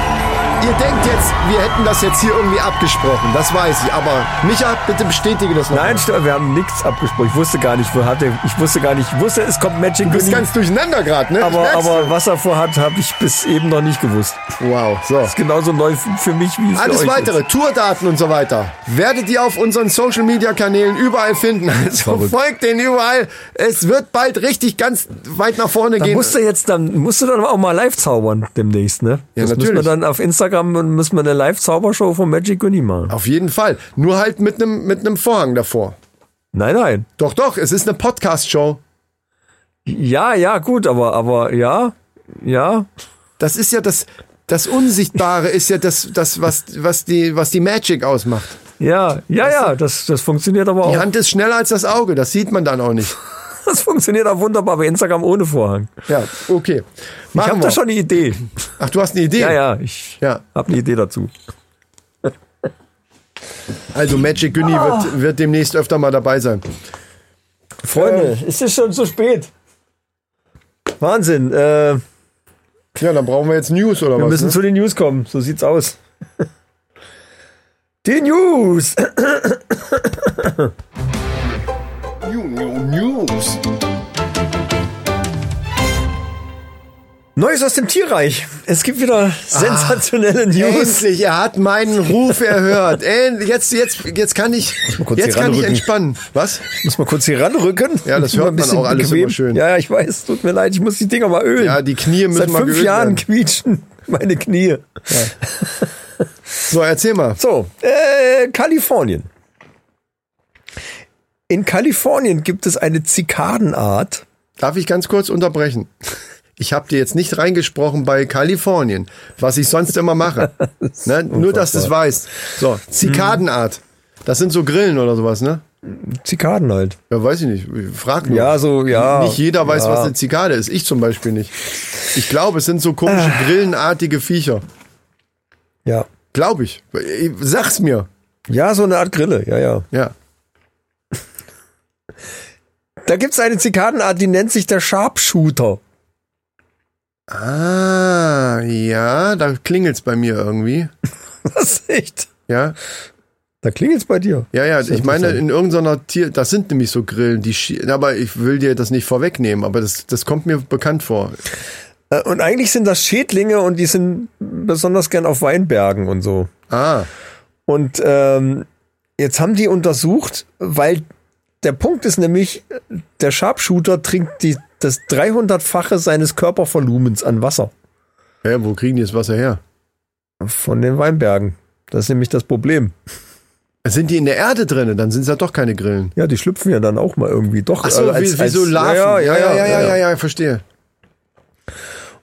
S1: ihr denkt jetzt, wir hätten das jetzt hier irgendwie abgesprochen. Das weiß ich. Aber Micha, bitte bestätige das noch.
S2: Nein, stimmt, wir haben nichts abgesprochen. Ich wusste gar nicht, wo hat er. Ich wusste gar nicht. Ich wusste, es kommt Magic
S1: Du bist
S2: Uni,
S1: ganz durcheinander gerade, ne? Ich
S2: aber,
S1: merk's.
S2: aber was er vorhat, habe ich bis eben noch nicht gewusst.
S1: wow, so.
S2: Das ist genauso neu f- für mich wie es für
S1: Alles
S2: euch
S1: weitere, Tourdaten und so weiter, werdet ihr auf unseren Social Media Kanälen überall finden. [LAUGHS] Also folgt den überall. Es wird bald richtig ganz weit nach vorne
S2: Da
S1: gehen.
S2: musst du jetzt dann, musst du dann auch mal live zaubern demnächst, ne?
S1: Ja,
S2: das müssen wir
S1: natürlich.
S2: dann auf Instagram und müssen wir eine Live-Zaubershow von Magic Uni machen.
S1: Auf jeden Fall. Nur halt mit einem mit einem Vorhang davor.
S2: Nein, nein.
S1: Doch, doch, es ist eine Podcast-Show.
S2: Ja, ja, gut, aber, aber ja, ja.
S1: Das ist ja das, das Unsichtbare ist ja das, das was, was, die, was die Magic ausmacht.
S2: Ja, ja, ja, das, das funktioniert aber
S1: Die
S2: auch.
S1: Hand ist schneller als das Auge, das sieht man dann auch [LAUGHS] nicht.
S2: Das funktioniert auch wunderbar bei Instagram ohne Vorhang.
S1: Ja, okay.
S2: Ich
S1: Machen
S2: habe
S1: wir.
S2: da schon eine Idee.
S1: Ach, du hast eine Idee?
S2: Ja, ja, ich
S1: Ja.
S2: habe eine Idee dazu.
S1: Also Magic Günni wird, wird demnächst öfter mal dabei sein.
S2: Freunde,
S1: Ähm,
S2: es ist schon zu spät. Wahnsinn, äh,
S1: Ja, dann brauchen wir jetzt News oder
S2: wir
S1: was?
S2: müssen
S1: ne?
S2: zu den News kommen, so
S1: [LAUGHS]
S2: sieht's aus. Die News!
S1: News.
S2: Neues aus dem Tierreich. Es gibt
S1: Ah.
S2: wieder sensationelle News.
S1: Endlich, er hat meinen Ruf erhört. Endlich, jetzt, jetzt, jetzt kann ich,
S2: kurz
S1: jetzt
S2: hier
S1: kann ich
S2: ranrücken.
S1: entspannen. Was?
S2: Ich muss mal kurz hier ranrücken.
S1: Ja, das
S2: Ich
S1: hört
S2: bin mal ein
S1: man
S2: bisschen
S1: auch alles
S2: bequem.
S1: immer schön.
S2: Ja, ja, ich weiß, tut mir leid, ich muss die Dinger mal ölen.
S1: Ja, die Knie müssen
S2: Seit
S1: mal
S2: fünf
S1: geölt
S2: Jahren
S1: werden.
S2: quietschen meine Knie.
S1: So, erzähl mal.
S2: So, äh, Kalifornien. In Kalifornien gibt es eine Zikadenart.
S1: Darf ich ganz kurz unterbrechen? Ich habe dir jetzt nicht reingesprochen bei Kalifornien, was ich sonst immer [LAUGHS] mache. ne? Nur, dass du es weißt. So, Zikadenart. Das sind so Grillen oder sowas, ne?
S2: Zikaden halt.
S1: Ja, weiß ich nicht. Ich Frag nur.
S2: Ja, so, ja.
S1: Nicht jeder weiß,
S2: ja.
S1: was eine Zikade ist. Ich zum Beispiel nicht. Ich glaube, es sind so komische grillenartige Viecher.
S2: Ja.
S1: Glaube ich. Ich- Sag's mir.
S2: Ja, so eine Art Grille, ja, ja.
S1: Ja.
S2: Da gibt es eine Zikadenart, die nennt sich der Sharpshooter. [LAUGHS]
S1: Ah, ja, da klingelt's bei mir irgendwie.
S2: Was echt?
S1: Ja,
S2: Da klingelt's bei dir.
S1: ja, ja.
S2: Sehr
S1: Ich meine,
S2: interessant.
S1: in irgendeiner Tier, das sind nämlich so Grillen, die, schie- aber ich will dir das nicht vorwegnehmen, aber das, das kommt mir bekannt vor.
S2: Äh, Und eigentlich sind das Schädlinge und die sind besonders gern auf Weinbergen und so.
S1: Ah,
S2: Und ähm, jetzt haben die untersucht, weil der Punkt ist nämlich, der Sharpshooter trinkt die, das 300-fache seines Körpervolumens an Wasser
S1: ja, wo kriegen die das Wasser her?
S2: von den Weinbergen. Das ist nämlich das Problem.
S1: Sind die in der Erde drinne? Dann sind's ja doch keine Grillen.
S2: Ja, die schlüpfen ja dann auch mal irgendwie doch.
S1: Ach so,
S2: äh,
S1: wie, wie so Larven.
S2: Ja ja ja, ja, ja, ja,
S1: ja, verstehe.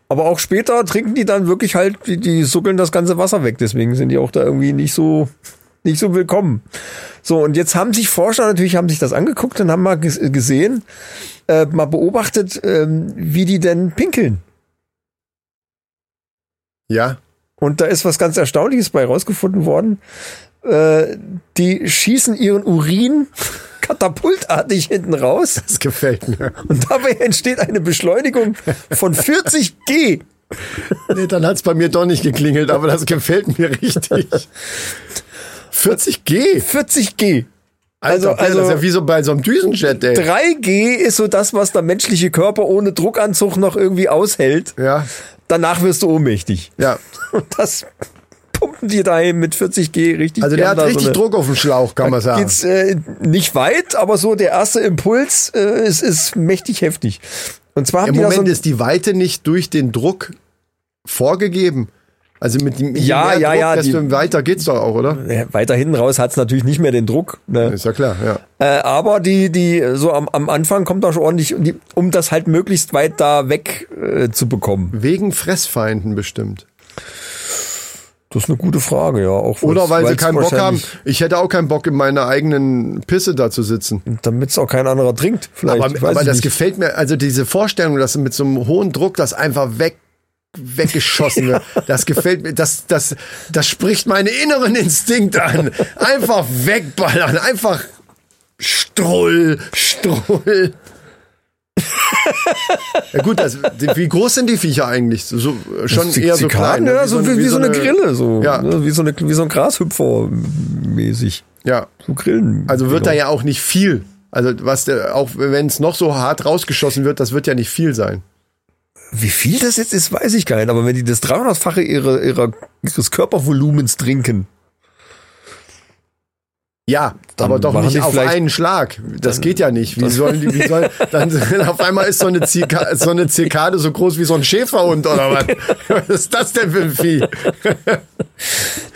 S2: Aber auch später trinken die dann wirklich halt, die, die suckeln das ganze Wasser weg. Deswegen sind die auch da irgendwie nicht so, nicht so willkommen. So, und jetzt haben sich Forscher natürlich, haben sich das angeguckt und haben mal ges- äh, gesehen, äh, mal beobachtet, ähm, wie die denn pinkeln.
S1: Ja,
S2: Und da ist was ganz Erstaunliches bei rausgefunden worden. Äh, die schießen ihren Urin [LAUGHS] katapultartig hinten raus
S1: das gefällt mir.
S2: und dabei entsteht eine Beschleunigung von 40 G.
S1: [LAUGHS] Nee, dann hat's bei mir doch nicht geklingelt, aber das gefällt mir [LAUGHS] richtig. 40 G.
S2: 40 G.
S1: Also,
S2: Also- also-
S1: das ist ja wie so bei so einem Düsenjet, ey.
S2: 3G ist so das, was der menschliche Körper ohne Druckanzug noch irgendwie aushält.
S1: Ja,
S2: Danach wirst du ohnmächtig. [LAUGHS]
S1: ja.
S2: Und das pumpen die daheim mit 40G richtig.
S1: Also der
S2: gern
S1: hat
S2: da
S1: richtig
S2: so eine-
S1: Druck auf dem Schlauch, kann man sagen.
S2: Geht's äh, nicht weit, aber so der erste Impuls äh, ist, ist mächtig heftig. Und zwar haben
S1: Im
S2: die
S1: Moment
S2: da so
S1: ist die Weite nicht durch den Druck vorgegeben. Also mit dem je
S2: Ja,
S1: mehr
S2: ja,
S1: Druck,
S2: ja,
S1: desto
S2: die-
S1: weiter geht's doch auch, oder?
S2: ein, weiter hinten raus hat es natürlich nicht mehr den Druck. Ne?
S1: Ist ja klar, ja.
S2: Äh, aber die, die so am, am Anfang kommt da schon ordentlich, die, um das halt möglichst weit da weg äh, zu bekommen.
S1: Wegen Fressfeinden bestimmt.
S2: Das ist eine gute Frage, ja. Auch
S1: Oder weil sie
S2: weil's
S1: keinen Bock haben.
S2: wahrscheinlich-
S1: Ich hätte auch keinen Bock, in meiner eigenen Pisse da zu sitzen.
S2: Damit es auch kein anderer trinkt, vielleicht.
S1: Aber,
S2: Ich weiß
S1: aber
S2: es
S1: das
S2: nicht.
S1: gefällt mir, also diese Vorstellung, dass mit so einem hohen Druck das einfach weg, weggeschossen
S2: [LAUGHS]
S1: wird, das gefällt mir, das, das, das spricht meine inneren Instinkte an. Einfach wegballern, einfach Strull,
S2: [LAUGHS]
S1: Strull. ja gut, das, die- wie groß sind die Viecher eigentlich? So, schon eher so klein.
S2: Zikaden,
S1: ne?
S2: ja, so, wie, wie so eine Grille, so.
S1: Ja.
S2: Ne, Wie so, eine, wie so ein Grashüpfer mäßig.
S1: Ja,
S2: So Grillen.
S1: also wird
S2: genau.
S1: da ja auch nicht viel. Also was, der, auch wenn es noch so hart rausgeschossen wird, das wird ja nicht viel sein.
S2: Wie viel das jetzt ist, weiß ich gar nicht. Aber wenn die das 300-fache ihrer, ihrer, ihres Körpervolumens trinken,
S1: Ja,
S2: Dann
S1: aber doch
S2: machen
S1: nicht
S2: die
S1: auf
S2: vielleicht-
S1: einen Schlag. Das geht ja nicht. Wie sollen die, wie sollen, dann auf einmal ist so eine, Zika, so eine Zikade so groß wie so ein Schäferhund oder was? was ist das denn für ein Vieh?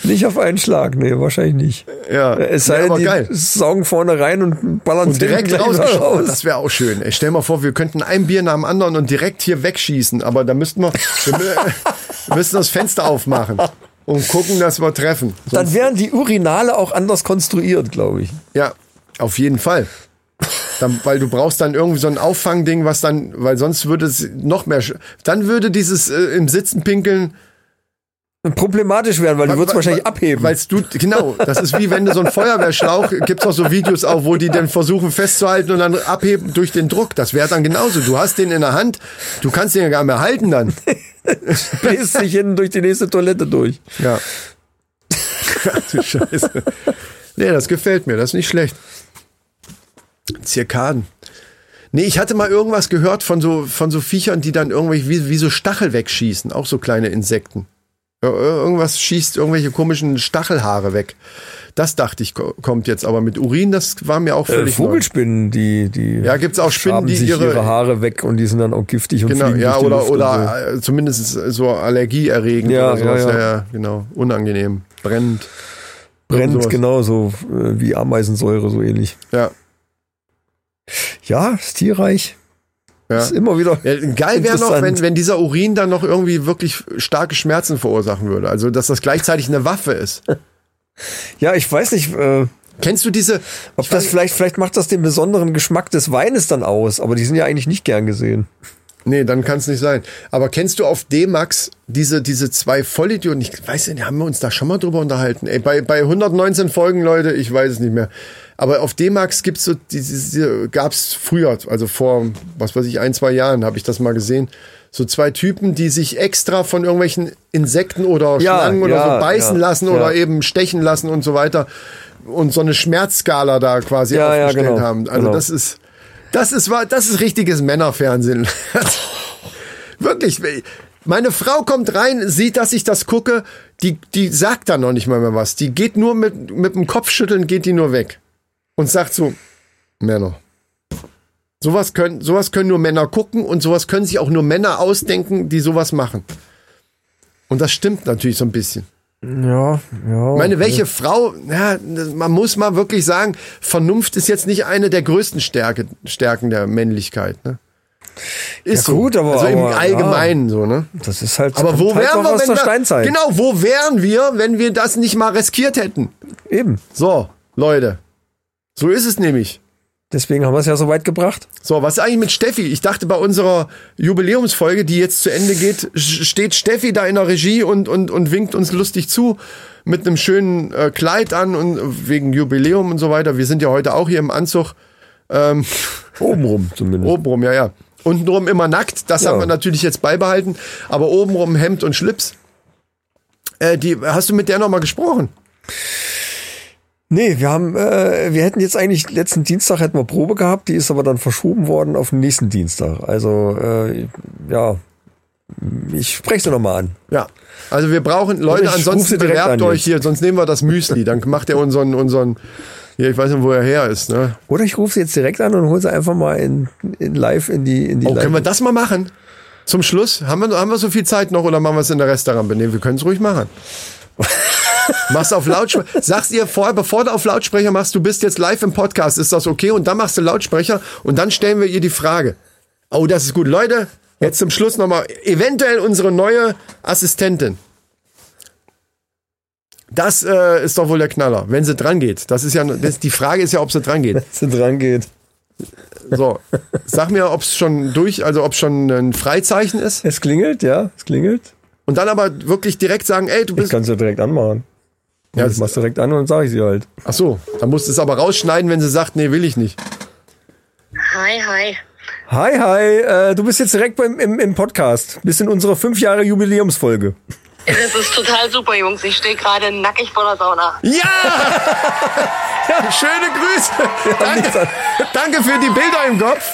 S2: nicht auf einen Schlag. Nee, wahrscheinlich nicht.
S1: Ja,
S2: Es
S1: Nee,
S2: sei denn,
S1: aber
S2: die
S1: geil.
S2: saugen vorne rein und ballern
S1: Und direkt
S2: hinten gleich wieder
S1: rausgeschossen.
S2: raus.
S1: Das wäre auch schön. Ey, stell mal vor, wir könnten ein Bier nach dem anderen und direkt hier wegschießen. Aber da müssten wir, wir mü- müssten das Fenster aufmachen und gucken, dass wir treffen. So,
S2: Dann wären die Urinale auch anders konstruiert, glaube ich.
S1: ja, auf jeden Fall. Dann, weil du brauchst dann irgendwie so ein Auffangding, was dann, weil sonst würde es noch mehr, sch- dann würde dieses äh, im Sitzen pinkeln,
S2: Problematisch werden, weil die würdest wahrscheinlich abheben. [LAUGHS]
S1: Weil du, genau, das ist wie wenn du so einen Feuerwehrschlauch, äh, gibt's auch so Videos auch, wo die den versuchen festzuhalten und dann abheben durch den Druck. Das wäre dann genauso. Du hast den in der Hand, du kannst den ja gar nicht mehr halten dann.
S2: bläst sich hinten durch die nächste Toilette durch.
S1: [LAUGHS] Ja. du Scheiße. Nee, das gefällt mir, das ist nicht schlecht. Zirkaden. Nee, ich hatte mal irgendwas gehört von so, von so Viechern, die dann irgendwelche, wie, wie so Stachel wegschießen, auch so kleine Insekten. Ir- Irgendwas schießt irgendwelche komischen Stachelhaare weg. Das dachte ich, ko- kommt jetzt, aber mit Urin, das war mir
S2: Äh,
S1: auch völlig neu.
S2: Vogelspinnen, die, die.
S1: Ja, gibt's auch Spinnen,
S2: schaben
S1: die
S2: sich
S1: ihre-
S2: ihre, Haare weg und die sind dann auch giftig und
S1: Genau,
S2: fliegen
S1: ja,
S2: durch die
S1: oder,
S2: Luft und
S1: oder äh, zumindest so allergieerregend
S2: Ja,
S1: oder sowas.
S2: ja, ja.
S1: genau. Unangenehm. Brennend.
S2: so. brennt
S1: sowas.
S2: genauso äh, wie Ameisensäure so ähnlich.
S1: Ja.
S2: Ja, ist tierreich.
S1: ja.
S2: Ist immer wieder.
S1: Ja, geil wäre noch,
S2: Interessant.
S1: wenn, wenn dieser Urin dann noch irgendwie wirklich starke Schmerzen verursachen würde. Also, dass das gleichzeitig eine Waffe ist.
S2: Ja, ich weiß nicht, äh,
S1: Kennst du diese?
S2: ob das vielleicht, vielleicht macht das den besonderen Geschmack des Weines dann aus, aber die sind ja eigentlich nicht gern gesehen.
S1: Nee, dann kann es nicht sein. Aber kennst du auf D-Max diese, diese zwei Vollidioten? Ich weiß nicht, haben wir uns da schon mal drüber unterhalten? Ey, bei, bei 119 Folgen, Leute, ich weiß es nicht mehr. Aber auf D-Max gibt's so, diese, diese, gab's früher, also vor, was weiß ich, ein, zwei Jahren habe ich das mal gesehen. So zwei Typen, die sich extra von irgendwelchen Insekten oder
S2: Ja,
S1: Schlangen oder
S2: ja,
S1: so beißen
S2: ja,
S1: lassen
S2: ja.
S1: oder eben stechen lassen und so weiter. Und so eine Schmerzskala da quasi
S2: Ja, ja,
S1: aufgestellt
S2: genau,
S1: haben. Also
S2: genau.
S1: das ist, das ist, wa- das ist richtiges Männerfernsehen. [LAUGHS] Wirklich. Meine Frau kommt rein, sieht, dass ich das gucke, die, die sagt dann noch nicht mal mehr was. Die geht nur mit, mit dem Kopfschütteln, geht die nur weg. Und sagt so, Männer. Sowas können, sowas können nur Männer gucken und sowas können sich auch nur Männer ausdenken, die sowas machen. Und das stimmt natürlich so ein bisschen.
S2: Ja, Oh, ja.
S1: Ich meine, welche Frau, ja, man muss mal wirklich sagen, Vernunft ist jetzt nicht eine der größten Stärke, Stärken der Männlichkeit. Ne? Ist
S2: Ja, gut, aber-
S1: Also im
S2: aber, ja.
S1: Allgemeinen so, ne?
S2: Das ist halt.
S1: Aber wo
S2: kommt halt
S1: wären
S2: noch
S1: wir,
S2: aus
S1: wenn
S2: der
S1: wir,
S2: Steinzeit?
S1: genau, wo wären wir, wenn wir das nicht mal riskiert hätten?
S2: Eben.
S1: So, Leute. So ist es nämlich.
S2: Deswegen haben wir es ja so weit gebracht.
S1: So, was ist eigentlich mit Steffi? Ich dachte, bei unserer Jubiläumsfolge, die jetzt zu Ende geht, sch- steht Steffi da in der Regie und, und, und winkt uns lustig zu mit einem schönen äh, Kleid an und wegen Jubiläum und so weiter. Wir sind ja heute auch hier im Anzug. Ähm,
S2: Obenrum zumindest.
S1: obenrum, ja, ja. Untenrum immer nackt, das
S2: Ja.
S1: haben wir natürlich jetzt beibehalten, aber obenrum Hemd und Schlips. Äh, die, hast du mit der nochmal gesprochen?
S2: Nee, wir haben, äh, wir hätten jetzt eigentlich letzten Dienstag hätten wir Probe gehabt, die ist aber dann verschoben worden auf den nächsten Dienstag. Also äh, ja, ich spreche sie nochmal an.
S1: Ja. Also wir brauchen Leute,
S2: ich ruf
S1: ansonsten
S2: sie direkt
S1: bewerbt
S2: an
S1: euch
S2: jetzt.
S1: hier, sonst nehmen wir das Müsli. Dann macht er unseren, unseren, ja, ich weiß nicht, wo er her ist, ne?
S2: Oder ich rufe sie jetzt direkt an und hole sie einfach mal in, in live in die in die.
S1: Oh,
S2: live.
S1: können wir das mal machen? Zum Schluss? Haben wir, haben wir so viel Zeit noch oder machen wir es in der Restaurant? Nee, wir können es ruhig
S2: [LAUGHS]
S1: machen. machst auf Lautsprecher. Sagst ihr vorher, bevor du auf Lautsprecher machst, du bist jetzt live im Podcast, ist das okay? Und dann machst du Lautsprecher und dann stellen wir ihr die Frage. Oh, das ist gut. Leute, jetzt zum Schluss nochmal eventuell unsere neue Assistentin. Das äh, ist doch wohl der Knaller, wenn sie dran geht. Das ist ja, das, die Frage ist ja, ob sie dran geht.
S2: sie dran geht.
S1: So, sag mir, ob es schon durch, also ob schon ein Freizeichen ist.
S2: Es klingelt, ja, es klingelt.
S1: Und dann aber wirklich direkt sagen, ey, du
S2: Ich
S1: bist.
S2: kann sie direkt anmachen.
S1: Ja,
S2: das machst du direkt an und dann sage ich sie halt.
S1: Ach so, dann musst du es aber rausschneiden, wenn sie sagt, nee, will ich nicht.
S6: Hi, hi.
S2: Hi, hi, äh, du bist jetzt direkt beim, im, im Podcast. Bist in unserer fünf Jahre Jubiläumsfolge.
S6: Das ist total super, Jungs. Ich stehe gerade nackig vor der Sauna.
S1: Ja! Schöne Grüße. Danke, danke für die Bilder im Kopf.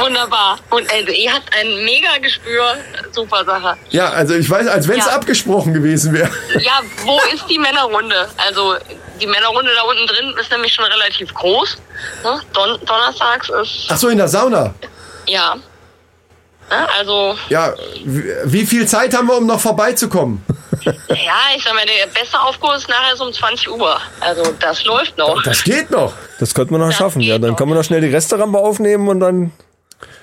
S6: Wunderbar. Und also, ihr habt ein mega Gespür. Super Sache.
S1: Ja, also ich weiß, als wenn es
S6: Ja.
S1: abgesprochen gewesen wäre.
S6: Ja, wo ist die Männerrunde? Also, die Männerrunde da unten drin ist nämlich schon relativ groß. Ne? Don Donnerstags ist,
S1: Ach so, in der Sauna.
S6: ja. Ne? Also,
S1: Ja, wie wie viel Zeit haben wir, um noch vorbeizukommen?
S6: ja, ich sag mal, der beste Aufguss ist nachher so um 20 Uhr. Also, das läuft noch.
S1: Das geht noch.
S2: Das könnte man noch schaffen,
S6: geht
S2: ja. Dann
S6: doch.
S2: kann man noch schnell die Resterampe aufnehmen und dann.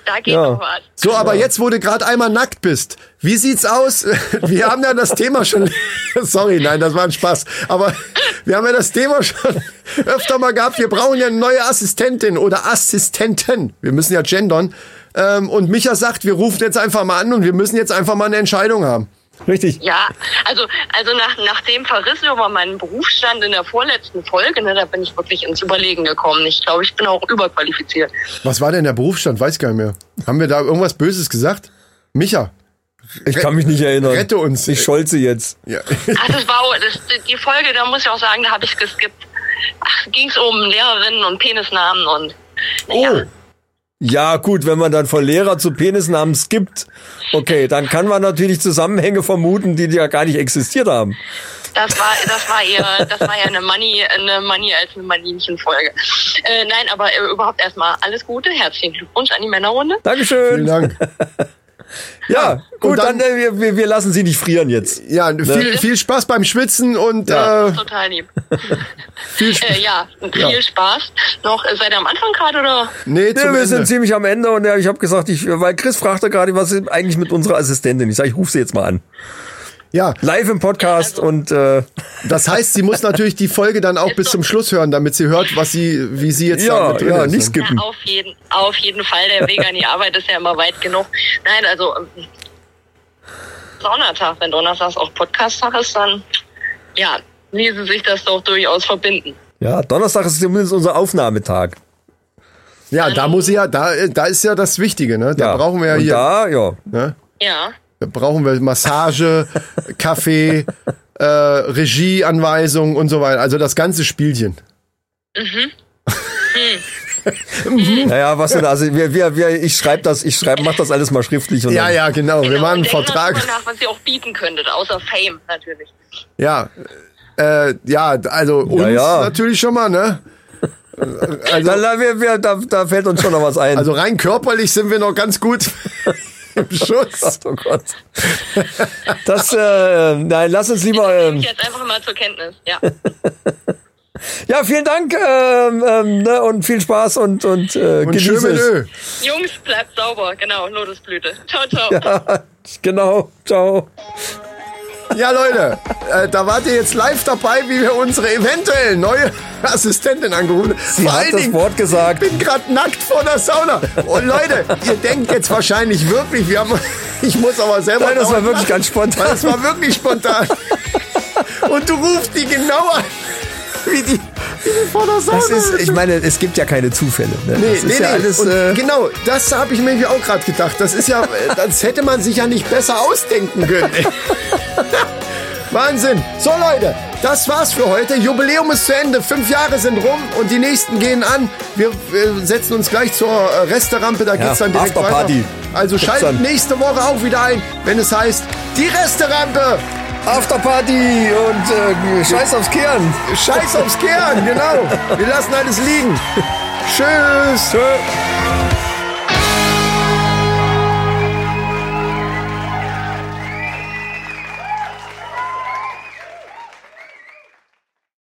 S6: Da geht
S2: Ja.
S6: noch was.
S1: So, aber jetzt, wo du gerade einmal nackt bist, wie sieht's aus? [LAUGHS] Wir haben ja das Thema schon. [LAUGHS] Sorry, nein, das war ein Spaß. Aber [LAUGHS] wir haben ja das Thema schon [LAUGHS] öfter mal gehabt. Wir brauchen ja eine neue Assistentin oder Assistenten. Wir müssen ja gendern. Ähm, Und Micha sagt, wir rufen jetzt einfach mal an und wir müssen jetzt einfach mal eine Entscheidung haben.
S2: Richtig.
S6: Ja, also, also nach, nach dem Verriss über meinen Berufsstand in der vorletzten Folge, ne, da bin ich wirklich ins Überlegen gekommen. Ich glaube, ich bin auch überqualifiziert.
S1: Was war denn der Berufsstand? Weiß gar nicht mehr. Haben wir da irgendwas Böses gesagt? Micha.
S2: Ich kann mich nicht erinnern.
S1: Rette uns.
S2: Ich scholze jetzt.
S1: Ja.
S6: Ach, das war auch- das, die Folge, da muss ich auch sagen, da habe ich geskippt. Ach, ging's um Lehrerinnen und Penisnamen und naja,
S1: [LAUGHS] Oh.
S2: Ja, gut, wenn man dann von Lehrer zu Penisnamen skippt, okay, dann kann man natürlich Zusammenhänge vermuten, die ja gar nicht existiert haben.
S6: das war das war eher das war ja eine Money eine Money als eine Maninchenfolge. Äh, nein, aber äh, überhaupt erstmal alles Gute, herzlichen Glückwunsch an die Männerrunde.
S1: Vielen
S2: Dankeschön.
S1: Dank.
S2: Ja,
S1: Und
S2: gut,
S1: dann-
S2: dann, äh, wir- wir, wir lassen sie nicht frieren jetzt.
S1: Ja, viel, viel Spaß beim Schwitzen und
S2: Ne? Ja.
S1: äh,
S6: Total lieb.
S1: viel Spaß.
S6: Äh, ja, viel
S1: Ja.
S6: Spaß. Noch äh, seid ihr am Anfang gerade oder?
S1: Nee,
S2: Nee,
S1: zum
S2: wir
S1: Ende.
S2: sind ziemlich am Ende und ja, ich habe gesagt, ich, weil Chris fragte gerade, was ist eigentlich mit unserer Assistentin? Ich sage, ich rufe sie jetzt mal an.
S1: Ja,
S2: Live im Podcast und äh,
S1: das heißt, sie muss natürlich die Folge dann auch bis zum Schluss hören, damit sie hört, was sie, wie sie jetzt
S2: ja,
S1: damit drin
S2: ja,
S1: ist. ne?
S2: nicht
S6: Ja,
S2: skippen.
S6: auf jeden, auf jeden Fall. Der Weg an die Arbeit ist ja immer weit genug. Nein, also ähm, Saunatag, wenn Donnerstags auch Podcast-Tag ist, dann ja, ließe sich das doch durchaus verbinden.
S2: Ja, Donnerstag ist zumindest unser Aufnahmetag.
S1: Ja, da muss sie ja, da, da ist ja das Wichtige, ne? Da
S2: ja.
S1: brauchen wir ja
S2: und
S1: hier, da?
S2: Da, ja.
S1: ne?
S6: Ja.
S1: Da brauchen wir
S2: [LAUGHS]
S1: Massage, Kaffee, äh, Regieanweisungen und so weiter. Also das ganze Spielchen.
S2: Naja, was denn? Also wir, wir, wir, ich schreibe das, ich schreibe, mach das alles mal schriftlich und
S1: Ja,
S2: dann,
S1: ja, genau. Wir
S6: Genau,
S1: machen einen
S6: denkt mal drüber
S1: Vertrag.
S6: Nach, was ihr auch bieten könntet, außer Fame natürlich.
S1: Ja. Äh, ja, also uns
S2: ja.
S1: natürlich schon mal, ne?
S2: Also, da, da, wir, wir, da, da fällt uns schon noch was ein.
S1: Also rein körperlich sind wir noch ganz gut [LAUGHS] im Schutz.
S2: [LAUGHS] oh Gott. Das, äh, nein, lass uns lieber.
S6: Nehme
S2: Ähm,
S6: ich jetzt einfach mal zur Kenntnis.
S1: [LAUGHS]
S6: Ja.
S2: ja, vielen Dank ähm, ähm, ne, und viel Spaß und und, äh,
S1: Und
S2: genieß
S1: schön mit
S2: es.
S1: Öl.
S6: Jungs, bleibt sauber. Genau, Lotusblüte. Ciao, ciao.
S2: Genau, ciao.
S1: Ja, Leute, äh, da wart ihr jetzt live dabei, wie wir unsere eventuell neue Assistentin angerufen haben.
S2: Sie hat das Wort gesagt.
S1: Ich bin gerade nackt vor der Sauna. Und Leute, ihr denkt jetzt wahrscheinlich wirklich, wir haben, ich muss aber selber.
S2: Nein, das war
S1: laut
S2: wirklich
S1: lachen,
S2: ganz
S1: weil
S2: spontan.
S1: Das war wirklich spontan. Und du rufst die genau an, wie die, wie die vor der Sauna
S2: Das ist,
S1: ist.
S2: ich meine, es gibt ja keine Zufälle. Ne?
S1: Nee,
S2: das ist
S1: nee,
S2: ja
S1: nee.
S2: alles.
S1: und
S2: Äh,
S1: genau, das habe ich mir nämlich auch gerade gedacht. Das
S2: [LAUGHS]
S1: ist ja, äh, das hätte man sich ja nicht besser ausdenken können. ey. Wahnsinn. So Leute, das war's für heute. Jubiläum ist zu Ende. Fünf Jahre sind rum und die nächsten gehen an. Wir äh, setzen uns gleich zur äh, Resterampe. Da geht's dann direkt weiter.
S2: Afterparty.
S1: Also
S2: Gibt's
S1: schaltet
S2: dann.
S1: nächste Woche auch wieder ein, wenn es heißt die Resterampe.
S2: Afterparty und äh, Scheiß aufs Kehren. [LAUGHS]
S1: Scheiß aufs Kehren, genau. Wir lassen alles liegen. Tschüss.
S2: Tschö.